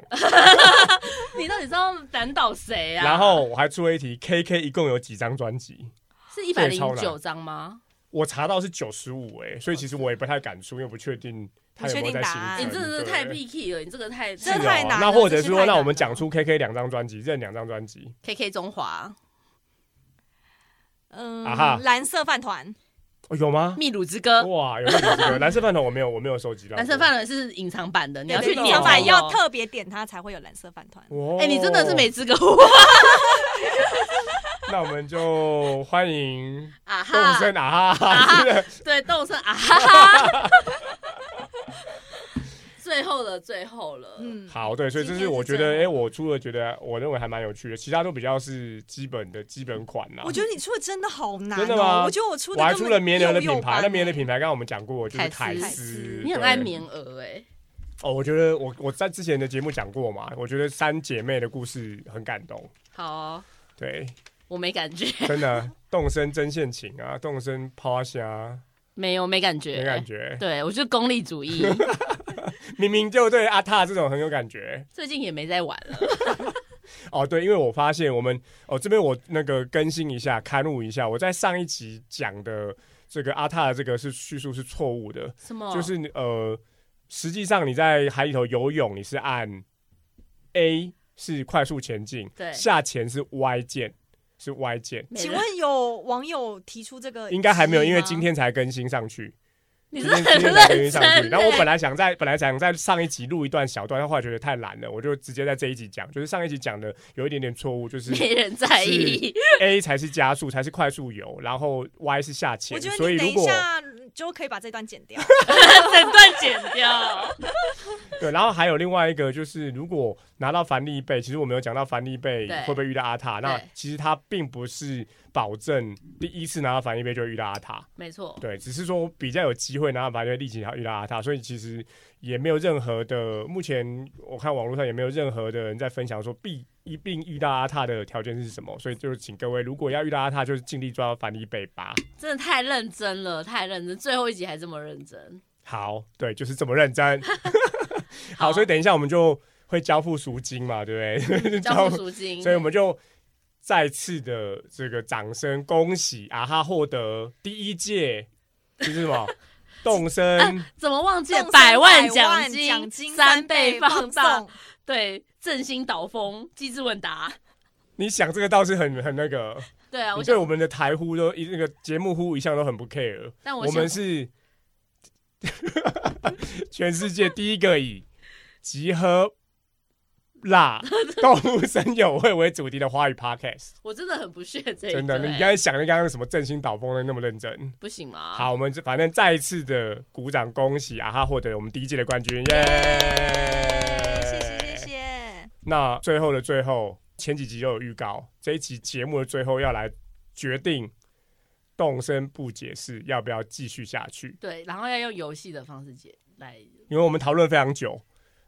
S2: 你到底是要难倒谁啊？
S1: 然后我还出了一题，K K 一共有几张专辑？
S2: 是一百
S1: 这也
S2: 零
S1: 超
S2: 九
S1: 难
S2: 张吗？
S1: 我查到是九十五哎，所以其实我也不太敢出，因为不确定他有没有在新
S3: 不
S2: 哦啊你
S3: 确
S1: 增。
S3: 定答案
S2: 真的是太
S1: 哎对
S2: picky 了，你这个太
S1: 是哦
S3: 这太难了
S1: 那或者是
S3: 这是太
S1: 说，
S3: 难了
S1: 那我们讲出 KK 两张专辑，认两张专辑，
S2: KK 中华
S3: 嗯
S1: 啊哈，
S3: 蓝色饭团，
S1: 哦，有吗？
S2: 秘鲁之歌。
S1: 哇，有这个有蓝色饭团我没有，我没有收集到。
S2: 蓝色饭团是隐藏版的，你要去哦
S1: 对哦
S2: 点
S1: 隐藏
S2: 才
S1: 版
S2: 有
S3: 要特别点它才会有蓝色饭团。
S1: 哇，
S2: 哎、你真的是没。资格
S1: 哦那我们就欢迎
S2: 啊
S1: 动
S2: 哈！
S1: 身啊哈，是的
S2: 对，动声啊 哈哈！最后了，最后了，嗯，
S3: 嗯，
S1: 好对，所以这
S3: 今
S1: 是
S3: 天是
S1: 我觉得，
S3: 这样
S1: 哎，我出了觉得我认为还蛮有趣的，其他都比较是基本的基本款啦。
S3: 我觉得你出的真的好难、哦，
S1: 真的吗
S3: 我觉得我出
S1: 我
S3: 的
S1: 还
S3: 根
S1: 出
S3: 本
S1: 了绵
S3: 幼
S1: 羊的
S3: 幼
S1: 品牌，
S3: 班
S1: 那绵羊的
S3: 欸
S1: 品牌刚刚我们讲过，就是
S2: 凯
S1: 凯
S2: 斯
S1: 斯，
S2: 你很
S1: 对
S2: 爱绵鹅哎，
S1: 哦，我觉得我我在之前的节目讲过嘛，我觉得三姐妹的故事很感动，
S2: 好哦、
S1: 对，
S2: 我没感觉，
S1: 真的动身真现情啊，动身抛虾
S2: 没有没感觉，
S1: 没感觉，
S2: 对我就是功利主义，
S1: 明明就对阿塔这种很有感觉
S2: 最近也没在玩了，
S1: 哦，对，因为我发现我们哦这边我那个更新一下，刊物一下，我在上一集讲的这个阿塔的这个是叙述是错误的，
S2: 什么？
S1: 就是呃，实际上你在海里头游泳，你是按 A 是快速前进，
S2: 对
S1: 下潜是 Y 键，是 Y 键。
S2: 没
S3: 请
S2: 人
S3: 问有网友提出这个？
S1: 应该还没有，因为今天才更新上去。
S2: 你
S1: 今
S2: 是
S1: 天
S2: 很
S1: 今天才更新
S2: 认真
S1: 上去。然后我
S2: 欸
S1: 本来想在本来想在上一集录一段小段，但后来觉得太难了，我就直接在这一集讲。就是上一集讲的有一点点错误，就是
S2: 没人在意，
S1: A 才是加速，才是快速游，然后 Y 是下潜。
S3: 我觉得
S1: 所以
S3: 你等
S1: 如
S3: 一
S1: 果
S3: 下就可以把这段剪掉。
S2: 整段剪掉。
S1: 对，然后还有另外一个就是，如果拿到凡利贝，其实我们有讲到凡利贝
S2: 对
S1: 会不会遇到阿塔，那
S2: 对
S1: 其实他并不是保证第一次拿到凡利贝就会遇到阿塔，
S2: 没错，
S1: 对，只是说比较有机会拿到凡利贝，立即遇到阿塔，所以其实也没有任何的，目前我看网络上也没有任何的人在分享说必一定遇到阿塔的条件是什么，所以就是请各位如果要遇到阿塔，就是尽力抓到凡利贝吧。
S2: 真的太认真了，太认真，最后一集还这么认真。
S1: 好，对，就是这么认 真。好，所以等一下我们就会交付赎金嘛，对不对？
S2: 嗯交付赎金，
S1: 所以我们就再次的这个掌声恭喜啊哈获得第一届，这是什 么？动身
S2: 怎么忘记了
S3: 送
S2: 百万
S3: 万
S2: 奖
S3: 金，奖金
S2: 三
S3: 倍
S2: 放
S3: 大
S2: 大？，对，振兴岛风，机智问答。
S1: 你想这个倒是很很那个，
S2: 对啊，我
S1: 你
S2: 想
S1: 对，我们的台呼都一那个节目呼一向都很不 care。
S3: 哦
S2: 但
S1: 我
S2: 想
S1: 们是全世界第一个以集合 辣动物声友会为主题的华语 podcast，
S2: 我真的很不屑这 一
S1: 真的，
S2: 对
S1: 你刚才想的刚刚什么振兴导风的那么认真。
S2: 不行
S3: 啊
S2: 吗？，
S1: 好，我们这反正再一次的鼓掌恭喜啊哈获得我们第一届的冠军，耶、
S3: 谢谢谢。谢。
S1: 那最后的最后，前几集就有预告，这一期节目的最后要来决定动身不解释要不要继续下去，
S2: 对，然后要用游戏的方式解来，
S1: 因为我们讨论非常久，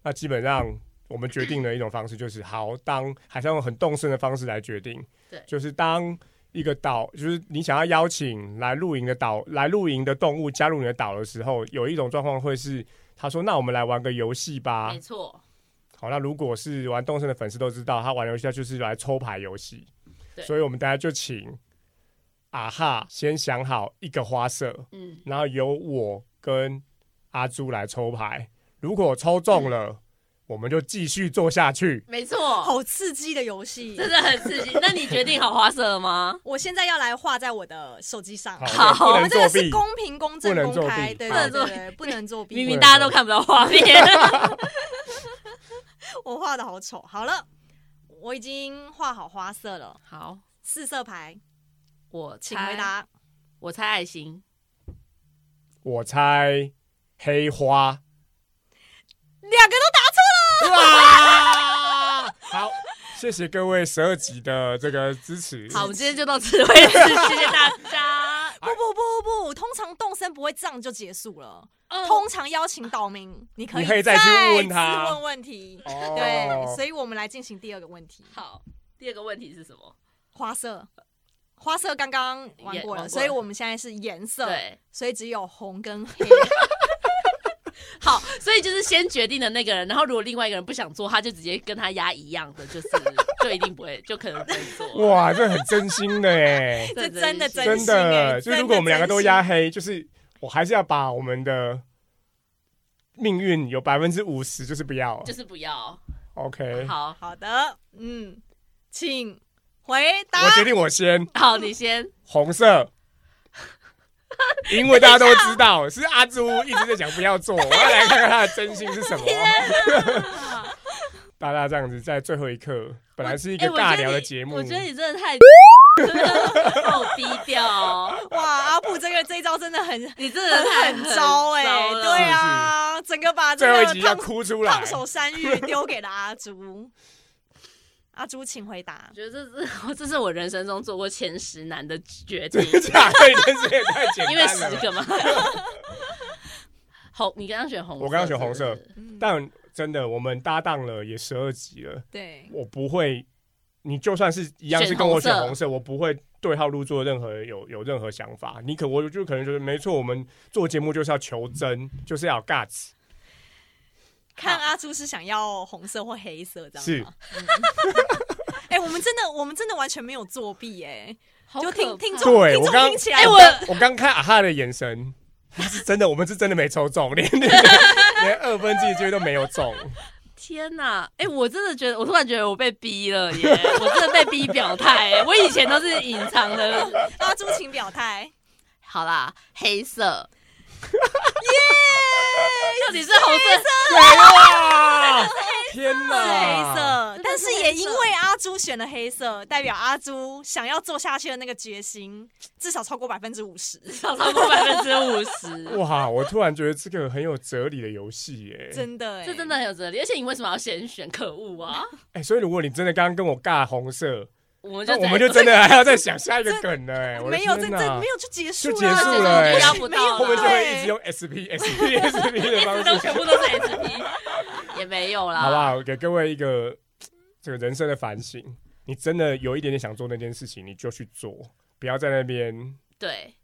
S1: 那基本上。我们决定了一种方式，就是好当还是要用很动身的方式来决定，
S2: 对
S1: 就是当一个岛，就是你想要邀请来露营的岛来露营的动物加入你的岛的时候，有一种状况会是他说：“那我们来玩个游戏吧。
S2: 没”错，
S1: 好，那如果是玩动森的粉丝都知道，他玩游戏他就是来抽牌游戏，
S2: 对
S1: 所以我们大家就请啊哈先想好一个花色，
S2: 嗯，
S1: 然后由我跟阿朱来抽牌，如果抽中了，我们就继续做下去。
S2: 没错，
S3: 好刺激的游戏
S2: 真！的很刺激。那你决定好花色了 吗？
S3: 我现在要来画在我的手机上。
S1: 好，对不
S3: 我
S1: 能
S3: 们这
S1: 作
S3: 个是
S1: 弊。
S3: 公平、公
S1: 不
S3: 正、
S1: 能作
S3: 公开，
S1: 弊
S3: 对
S1: 不
S2: 能
S3: 对
S2: 作弊
S3: 对，对不能作
S2: 明
S3: 弊。
S2: 明大家都看不到画面，
S3: 我画的好丑。好了，我已经画好花色了，
S2: 好，
S3: 四色牌，
S2: 我
S3: 请
S2: 猜
S3: 回，答。
S2: 我猜爱心，
S1: 我猜黑花。
S3: 两个都答错了，
S1: 哇！ 好，谢谢各位十二集的这个支持。
S2: 好，我们今天就到此为止， 谢谢大家。
S3: 不不不不不，通常动身不会这样就结束了。
S2: 嗯
S3: 通常邀请岛民，你可以
S1: 你可以再去问他
S3: 再次问问题。
S1: 哦
S3: 对，所以我们来进行第二个问题，
S2: 好，第二个问题是什么？
S3: 花色。花色刚刚玩
S2: 也
S3: 过
S2: 玩过
S3: 了，
S2: 了
S3: 所以我们现在是颜色，
S2: 对，
S3: 所以只有红跟黑。
S2: 好，所以就是先决定的那个人，然后如果另外一个人不想做，他就直接跟他压一样的，就是就一定不会，就可能不会做。
S1: 哇，这很真心的哎，
S3: 这 真的
S1: 真
S3: 心欸
S1: 的。
S3: 真
S1: 就
S3: 的
S1: 是如果我们两个都压黑，就是我还是要把我们的命运有百分之五十就是不要
S2: 就是不要。
S1: ，OK。
S2: 好
S3: 好的，嗯，请回答。
S1: 我决定我先
S2: 好，你先。
S1: 红色，因为大家都知 道是阿朱一直在讲不要做，我要来看看他的真心是 什么。大家这样子在最后一刻，本来是一个
S2: 哎我觉得
S1: 尬聊的
S2: 你
S1: 节目，
S2: 我觉得你真的太 真的好低调哦，
S3: 哇，阿布这个这一招真的很
S2: 你真的太
S3: 很招哎、
S2: 很糟了
S3: 对啊，整个把这
S1: 最后一
S3: 个
S1: 集要
S3: 烫
S1: 哭出来
S3: 烫。手山芋丢给了阿朱。阿朱，请回答
S2: 我。觉得这是这是我人生中做过前十难的决 定
S1: 真，的假的？真是也太简
S2: 因为
S1: 单
S2: 十
S1: 了吧。
S2: 个嘛。红，你刚刚选红色，
S1: 我刚刚选红色
S2: 是不是
S3: 嗯，
S1: 但真的，我们搭档了也十二集了，
S3: 对，
S1: 我不会，你就算是一样是跟我选红色，我不会对号入座任何有有任何想法。你可我就可能觉得没错，我们做节目就是要求真，就是要有 guts。
S3: 看阿朱是想要红色或黑色，这
S1: 是
S3: 样吗？嗯 哎、我们真的，我们真的完全没有作弊、
S2: 好
S3: 哎，就
S2: 可
S3: 听听
S2: 怕
S3: 众，
S1: 对
S3: 听
S1: 我刚
S3: 众听起来，
S2: 哎我
S1: 我刚看啊哈的眼神，他是真的，我们是真的没抽中， 连连连二分之一的机会都没有中。
S2: 天呐，哎、我真的觉得，我突然觉得我被逼了耶！ 我真的被逼表态、我以前都是隐藏的。
S3: 阿朱请表态。
S2: 好啦，黑 色，耶！到底是红色？
S1: 对啊，天
S3: 是黑
S1: 哪！
S3: 色，但是也因为阿朱选了黑色，代表阿朱想要做下去的那个决心至少超过百分之五十，
S2: 少超过百分之五十，
S1: 哇，我突然觉得这个很有哲理的游戏耶！
S3: 真的、欸，
S2: 这真的很有哲理。而且你为什么要先选？可恶啊！
S1: 哎、所以如果你真的刚刚跟我尬红色，
S2: 我 们就
S1: 那我
S2: 在
S1: 们就真的还要再想下一个梗了哎！我的
S3: 没有，这
S1: 天
S3: 这
S1: 哪
S3: 没有就结束
S1: 就
S3: 了，啊
S1: 结束了欸
S3: 这
S1: 压
S2: 不到了
S1: 后面就会一直
S3: 对
S1: 用 SP SP SP 的
S2: 一直
S1: 方
S2: 都
S1: 式，
S2: 全部都是 SP，也没有啦。
S1: 好不好？给各位一个这个人生的反省。你真的有一点点想做那件事情，你就去做，不要在那边，
S2: 对，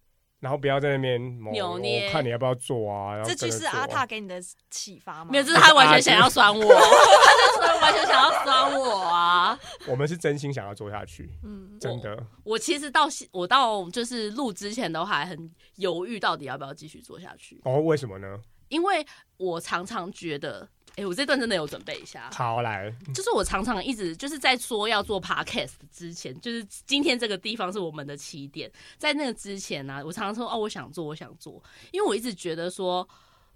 S1: 然后不要在那边某
S2: 扭捏
S1: 我看你要不要做啊。然后
S3: 这
S1: 真
S3: 句
S1: 的
S3: 是
S1: 做
S3: 阿塔给你的启发吗？
S2: 没有，这是他完全想要酸我， 他就是完全想要酸我啊！
S1: 我们是真心想要做下去，
S3: 嗯，
S1: 真的。
S2: 我其实到现我到就是录之前都还很犹豫，到底要不要继续做下去，
S1: 哦，为什么呢？
S2: 因为我常常觉得，哎、我这段真的有准备一下，
S1: 好来，
S2: 就是我常常一直就是在说要做 podcast 之前，就是今天这个地方是我们的起点，在那个之前呢、我常常说哦，我想做，我想做，因为我一直觉得说，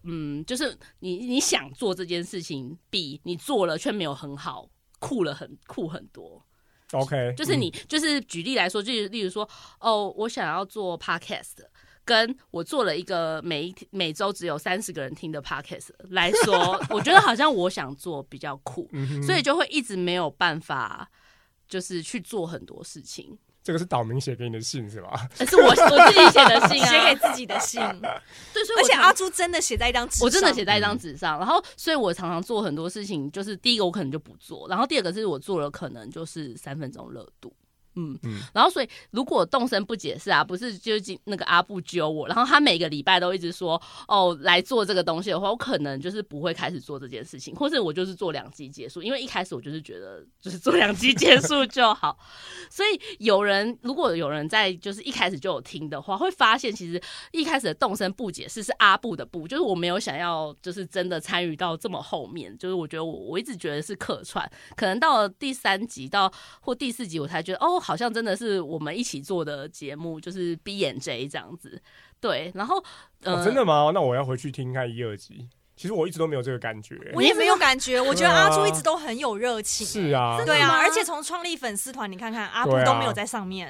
S2: 嗯，就是你你想做这件事情，比你做了却没有很好，酷了很酷很多。
S1: OK，
S2: 就是你，就是举例来说，就是例如说，哦，我想要做 podcast，跟我做了一个每一天每周只有三十个人听的 podcast 来说， 我觉得好像我想做比较酷，
S1: 嗯
S2: 所以就会一直没有办法。就是去做很多事 情，
S1: 这个是岛民写给你的信是吧？
S2: 呃是我我自己写的信啊，
S3: 写给自己的信，而
S2: 对，所以我
S3: 且
S2: 常
S3: 阿朱真的写在一张纸上，
S2: 我真的写在一张纸上，然后，所以我常常做很多事情，就是第一个我可能就不做，然后第二个是我做了可能就是三分钟热度，嗯
S1: 嗯
S2: 然后所以如果动身不解释啊，不是就今那个阿布揪我，然后他每个礼拜都一直说哦来做这个东西的话，我可能就是不会开始做这件事情，或是我就是做两集结束，因为一开始我就是觉得就是做两集结束就好，所以有人如果有人在就是一开始就有听的话，会发现其实一开始的动身不解释是阿布的布，就是我没有想要就是真的参与到这么后面，就是我觉得我我一直觉得是客串，可能到了第三集到或第四集我才觉得哦，好像真的是我们一起做的节目，就是 B 眼 J 这样子。对，然后呃、
S1: 哦，真的吗？那我要回去听看一二集。其实我一直都没有这个感觉。
S3: 我也没有感觉，我觉得
S1: 对啊
S3: 阿朱一直都很有热情，
S1: 是啊，
S3: 对
S2: 真的
S3: 啊，
S2: 吗
S3: 而且从创立粉丝团，你看看阿布
S1: 对啊
S3: 都没有在上 面，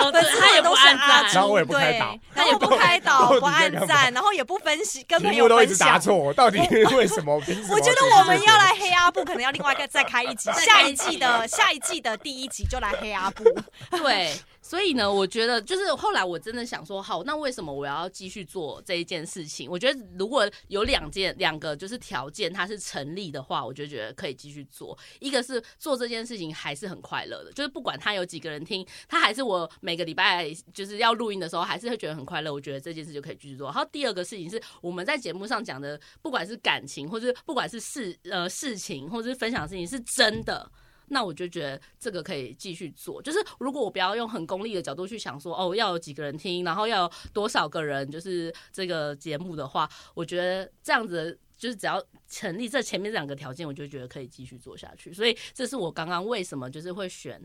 S2: 哦，对
S3: 粉丝
S2: 他也
S3: 团
S2: 不
S3: 都是
S2: 按
S3: 阿
S1: 然
S2: 赞，
S1: 后
S3: 朱，
S1: 我也
S3: 对，
S1: 不开导
S3: 然 后不开
S1: 到底
S3: 导，不
S1: 在
S3: 按
S1: 干嘛
S3: 赞，然后也不分析，跟朋
S1: 题
S3: 友
S1: 目都一
S3: 分
S1: 直答
S3: 享。
S1: 错，到底为什么？凭什么？
S3: 我觉得我们要来黑阿布，可能要另外一个 再开一集，
S2: 再
S3: 下
S2: 开一
S3: 一
S2: 集
S3: 季的下一季的第一集就来黑阿布。
S2: 对，所以呢，我觉得就是后来我真的想说，好，那为什么我要继续做这一件事情？我觉得如果有两件两个就是条件它是成立的话，我就觉得可以继续做。一个是做这件事情还是很快乐的，就是不管他有几个人听，他还是我每个礼拜就是要录音的时候，还是会觉得很快乐。我觉得这件事就可以继续做。然后第二个事情是我们在节目上讲的，不管是感情，或是不管是事呃事情，或者是分享的事情，是真的。那我就觉得这个可以继续做。就是如果我不要用很功利的角度去想说，哦，要有几个人听，然后要有多少个人，就是这个节目的话，我觉得这样子。就是只要成立这前面两个条件，我就觉得可以继续做下去。所以这是我刚刚为什么就是会选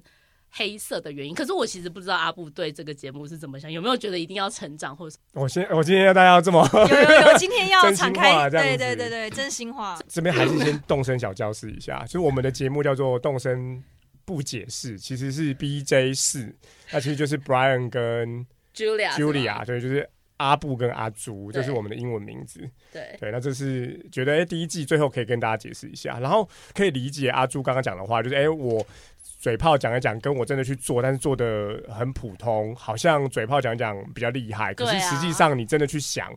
S2: 黑色的原因。可是我其实不知道阿布对这个节目是怎么想，有没有觉得一定要成长或者什么？
S1: 我先，我今天要大家要 这么，
S3: 有有有，今天要
S1: 真心
S3: 敞
S1: 话
S3: 开，
S1: 这样
S3: 对
S1: 子
S3: 对对对，真心话。
S1: 这边还是先动身小教室一下。就是我们的节目叫做《动身不解释》，其实是 BJ 四，那其实就是 Brian 跟
S2: Julia
S3: 啊
S2: 是吗
S1: Julia，对，就是阿布跟阿朱，这是
S2: 对
S1: 我们的英文名字。
S2: 对
S1: 对，那这是觉得哎、诶第一季最后可以跟大家解释一下，然后可以理解阿朱刚刚讲的话，就是哎、诶我嘴炮讲一讲，跟我真的去做，但是做的很普通，好像嘴炮讲一讲比较厉害，可
S2: 对
S1: 是
S2: 啊
S1: 实际上你真的去想。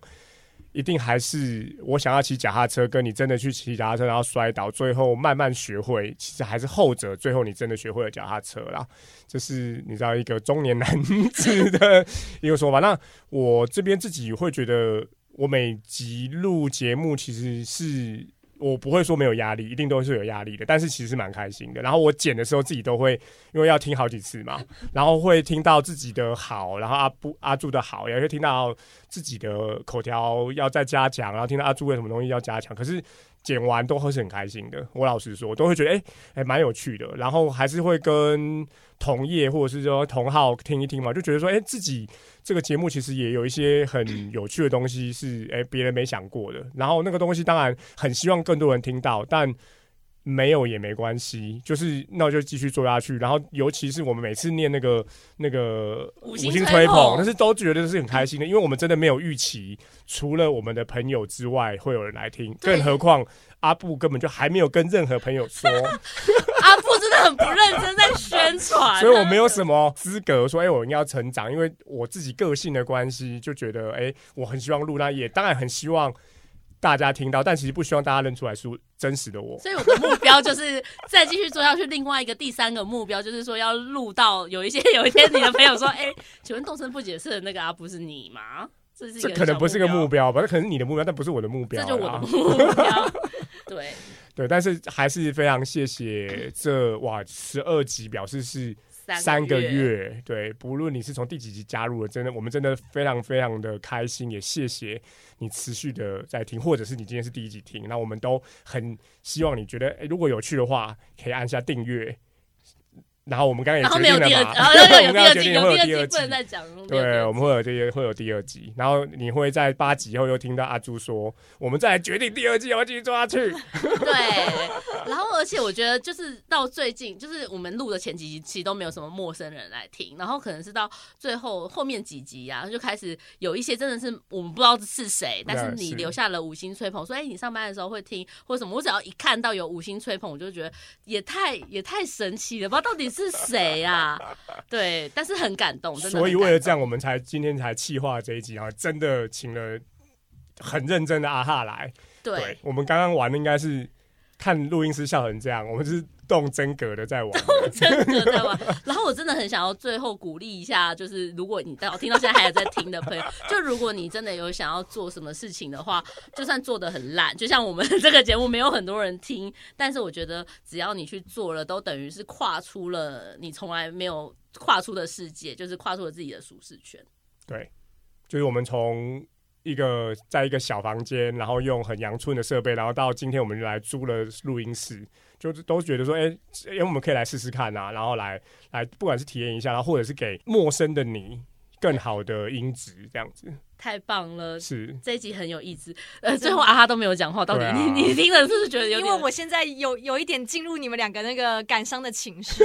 S1: 一定还是我想要骑脚踏车，跟你真的去骑脚踏车，然后摔倒，最后慢慢学会，其实还是后者，最后你真的学会了脚踏车啦。这是你知道一个中年男子的一个说法。那我这边自己会觉得，我每集录节目其实是我不会说没有压力，一定都是有压力的，但是其实蛮开心的。然后我剪的时候自己都会，因为要听好几次嘛，然后会听到自己的好，然后阿布阿柱的好，也会听到自己的口条要再加强，然后听到阿柱为什么东西要加强，可是。剪完都会是很开心的，我老实说，我都会觉得哎哎蛮有趣的，然后还是会跟同业或者是说同号听一听嘛，就觉得说哎、自己这个节目其实也有一些很有趣的东西是诶别人没想过的，然后那个东西当然很希望更多人听到，但没有也没关系，就是那我就继续做下去。然后，尤其是我们每次念那个那个
S2: 五星
S1: 吹
S2: 吹捧
S1: 但是都觉得是很开心的，因为我们真的没有预期，除了我们的朋友之外会有人来听，
S2: 对
S1: 更何况阿布根本就还没有跟任何朋友 说，
S2: 阿布真的很不认真在宣传，
S1: 所以我没有什么资格说，哎、我应该要成长，因为我自己个性的关系，就觉得，哎、我很希望录，那也当然很希望大家听到，但其实不希望大家认出来是真实的我。
S2: 所以我的目标就是再继续做下去。另外一个第三个目标就是说要录到有一些有一天你的朋友说：“哎、请问动身不解释的那个阿布是你吗？”这是一
S1: 这
S2: 个
S1: 可能不是个
S2: 小
S1: 目标吧，这可能是你的目标，但不是我的目标
S2: 标，
S1: 啦。
S2: 这就我的目标。对，
S1: 对，但是还是非常谢谢这哇十二集，表示是三个
S2: 个
S1: 月。对，不论你是从第几集加入的，真的我们真的非常非常的开心，也谢谢你持续的在听，或者是你今天是第一集听，那我们都很希望你觉得，诶如果有趣的话，可以按下订阅。然后我们刚刚也
S2: 然后没有
S1: 决定
S2: 第
S1: 了
S2: 二
S1: 嘛
S2: 季，，然后又
S1: 我
S2: 有
S1: 们
S2: 第
S1: 刚刚决定会有
S2: 二季，有第
S1: 第
S2: 二
S1: 二
S2: 季不能
S1: 季。
S2: 再讲。没有第二
S1: 对，
S2: 季
S1: 我们会有这个会有第二集，然后你会在八集后又听到阿朱说，我们再来决定第二季要不要继续做下去。
S2: 对，然后而且我觉得就是到最近，就是我们录的前几集其实都没有什么陌生人来听，然后可能是到最后后面几集啊，就开始有一些真的是我们不知道是谁，但是你
S1: 啊是
S2: 留下了五星吹捧，说哎你上班的时候会听或什么，我只要一看到有五星吹捧，我就觉得也太也太神奇了，不知道到底是谁啊？对，但是很感动，真的很感动。
S1: 所以为了这样，我们才今天才企划这一集，然后真的请了很认真的阿哈来。
S2: 对。
S1: 我们刚刚玩的应该是看录音师笑成这样，我们是动真格的在玩。
S2: 真的在玩。然后我真的很想要最后鼓励一下，就是如果你到听到现在还有在听的朋友， 就如果你真的有想要做什么事情的话， 就算做的很烂，就像我们这个节目没有很多人听，但是我觉得只要你去做了，都等于是跨出了你从来没有跨出的世界，就是跨出了自己的舒适圈。
S1: 对， 就是我们从一个在一个小房间，然后用很阳春的设备，然后到今天我们来租了录音室，就是都觉得说，哎、因为我们可以来试试看啊，然后来来，不管是体验一下，然后或者是给陌生的你更好的音质，这样子
S2: 太棒了！
S1: 是。
S2: 这一集很有意思，呃，最后啊哈都没有讲话，到底
S1: 对啊
S2: 你、你听了是不是觉得有
S3: 因
S2: 点？
S3: 为我现在有有一点进入你们两个那个感伤的情绪，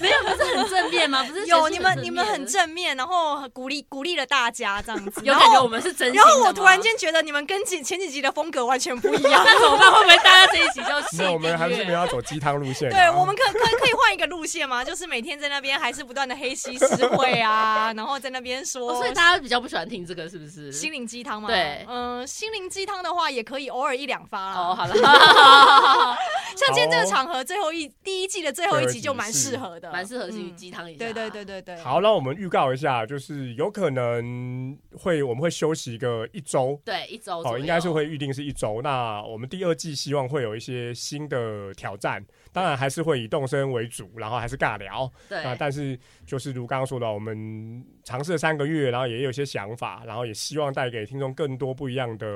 S2: 没有，不是很正面吗？不是
S3: 有
S2: 结
S3: 你
S2: 束得
S3: 们你
S2: 正
S3: 们
S2: 面
S3: 很
S2: 的，
S3: 正面，然后鼓励鼓励了大家 这样子，
S2: 有
S3: 然
S2: 感觉我
S3: 后
S2: 们是真心
S3: 然后我
S2: 的
S3: 突
S2: 吗
S3: 然间觉得你们跟前前几集的风格完全不一 样，
S2: 那怎么办？会不会大家这一集就弃
S1: 没有，我们还是
S2: 订阅
S1: 没
S3: 哦
S1: 有要走鸡汤路线啊、
S3: 对我们可可可以换一个路线吗？就是每天在那边还是不断的黑吸实会啊，然后在那边
S2: 哦
S3: 说
S2: 所以大家比较不喜欢听这个，是不是？
S3: 心灵鸡汤吗？
S2: 对
S3: 嗯、心灵鸡汤的话也可以偶尔一两发啦。
S2: 哦，好了，好
S3: 嗯
S2: 好好好好哦
S3: 像今天这个
S1: 好
S3: 场合最后一第一季的最后一集就蛮适合的，
S2: 蛮适合去
S3: 嗯
S2: 鸡汤一下。
S3: 对对对，对对，
S1: 好，那我们预告一下，就是有可能会我们会休息个一周，
S2: 对一周左
S1: 好，
S2: 右
S1: 哦应该是会预定是一周。那我们第二季希望会有一些新的挑战，当然还是会以动身为主，然后还是尬聊。
S2: 对
S1: 啊那但是就是如刚刚说的，我们尝试了三个月，然后也有一些想法，然后也希望带给听众更多不一样的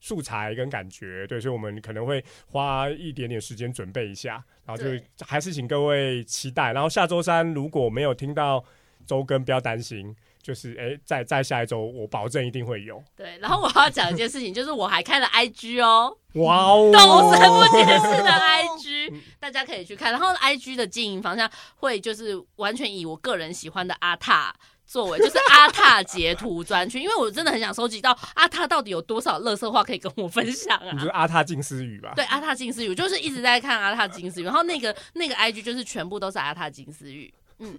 S1: 素材跟感觉。对，所以我们可能会花一点点时间准备一下，然后就
S2: 对
S1: 还是请各位期待。然后下周三如果没有听到周更，不要担心。就是哎，再再下一周，我保证一定会有。
S2: 对。然后我要讲一件事情，就是我还开了 IG 哦，
S1: 哇哦！
S2: 动身不解释的
S3: 哦
S1: 嗯
S2: IG，大家可以去看。然后 IG 的经营方向会就是完全以我个人喜欢的阿塔。作为就是阿塔截图专区，因为我真的很想收集到阿塔到底有多少乐色话可以跟我分享啊！
S1: 你就是阿塔金斯语吧？
S2: 对，阿塔金丝鱼，我就是一直在看阿塔金丝鱼，然后那个那个 IG 就是全部都是阿塔金丝鱼，嗯，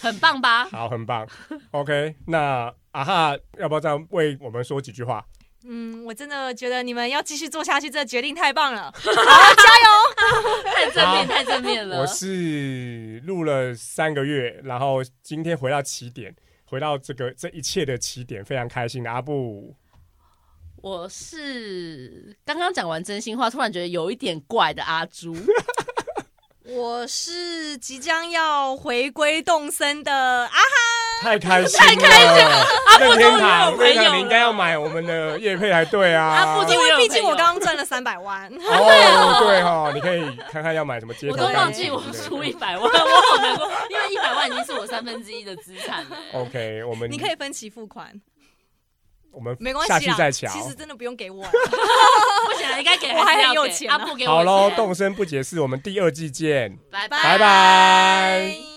S2: 很棒吧？
S1: 好，很棒。OK，那啊哈，要不要再为我们说几句话？
S3: 嗯，我真的觉得你们要继续做下去，这决定太棒了。
S2: 太正
S1: 好
S2: 面，太正面了
S1: 我。是录了三个月，然后今天回到起点，回到这个这一切的起点，非常开心的阿布。
S2: 我是刚刚讲完真心话，突然觉得有一点怪的阿朱，
S3: 我是即将要回归动森的啊，
S1: 太开心了！任天
S2: 阿
S1: 堂，
S2: 布终
S1: 任
S2: 于有朋友了
S1: 天堂，你应该要买我们的叶配才对啊！
S2: 阿布终
S3: 因
S2: 于
S3: 为毕竟我刚刚赚了三百 万，
S1: 哦，对哦，你可以看看要买什么街
S2: 我
S1: 头
S2: 都
S1: 钢
S2: 忘
S1: 琴之
S2: 记
S1: 类
S2: 我
S1: 的。
S2: 出一百万，我好难过，因为一 百万已经是我三分之一的资产了。
S1: OK，我们
S3: 你可以分期付款。
S1: 我们
S3: 没关
S1: 下
S3: 系
S1: 去
S3: 啦，
S1: 再瞧。
S3: 其实真的不用给 我啊，
S2: 不行了，应该给
S3: 我还
S2: 是要
S3: 很有
S2: 给
S3: 钱
S2: 阿
S3: 呢
S2: 布给我
S1: 好喽，
S2: 钱
S1: 动身不解释，我们第二季见。
S2: 拜拜
S1: 拜拜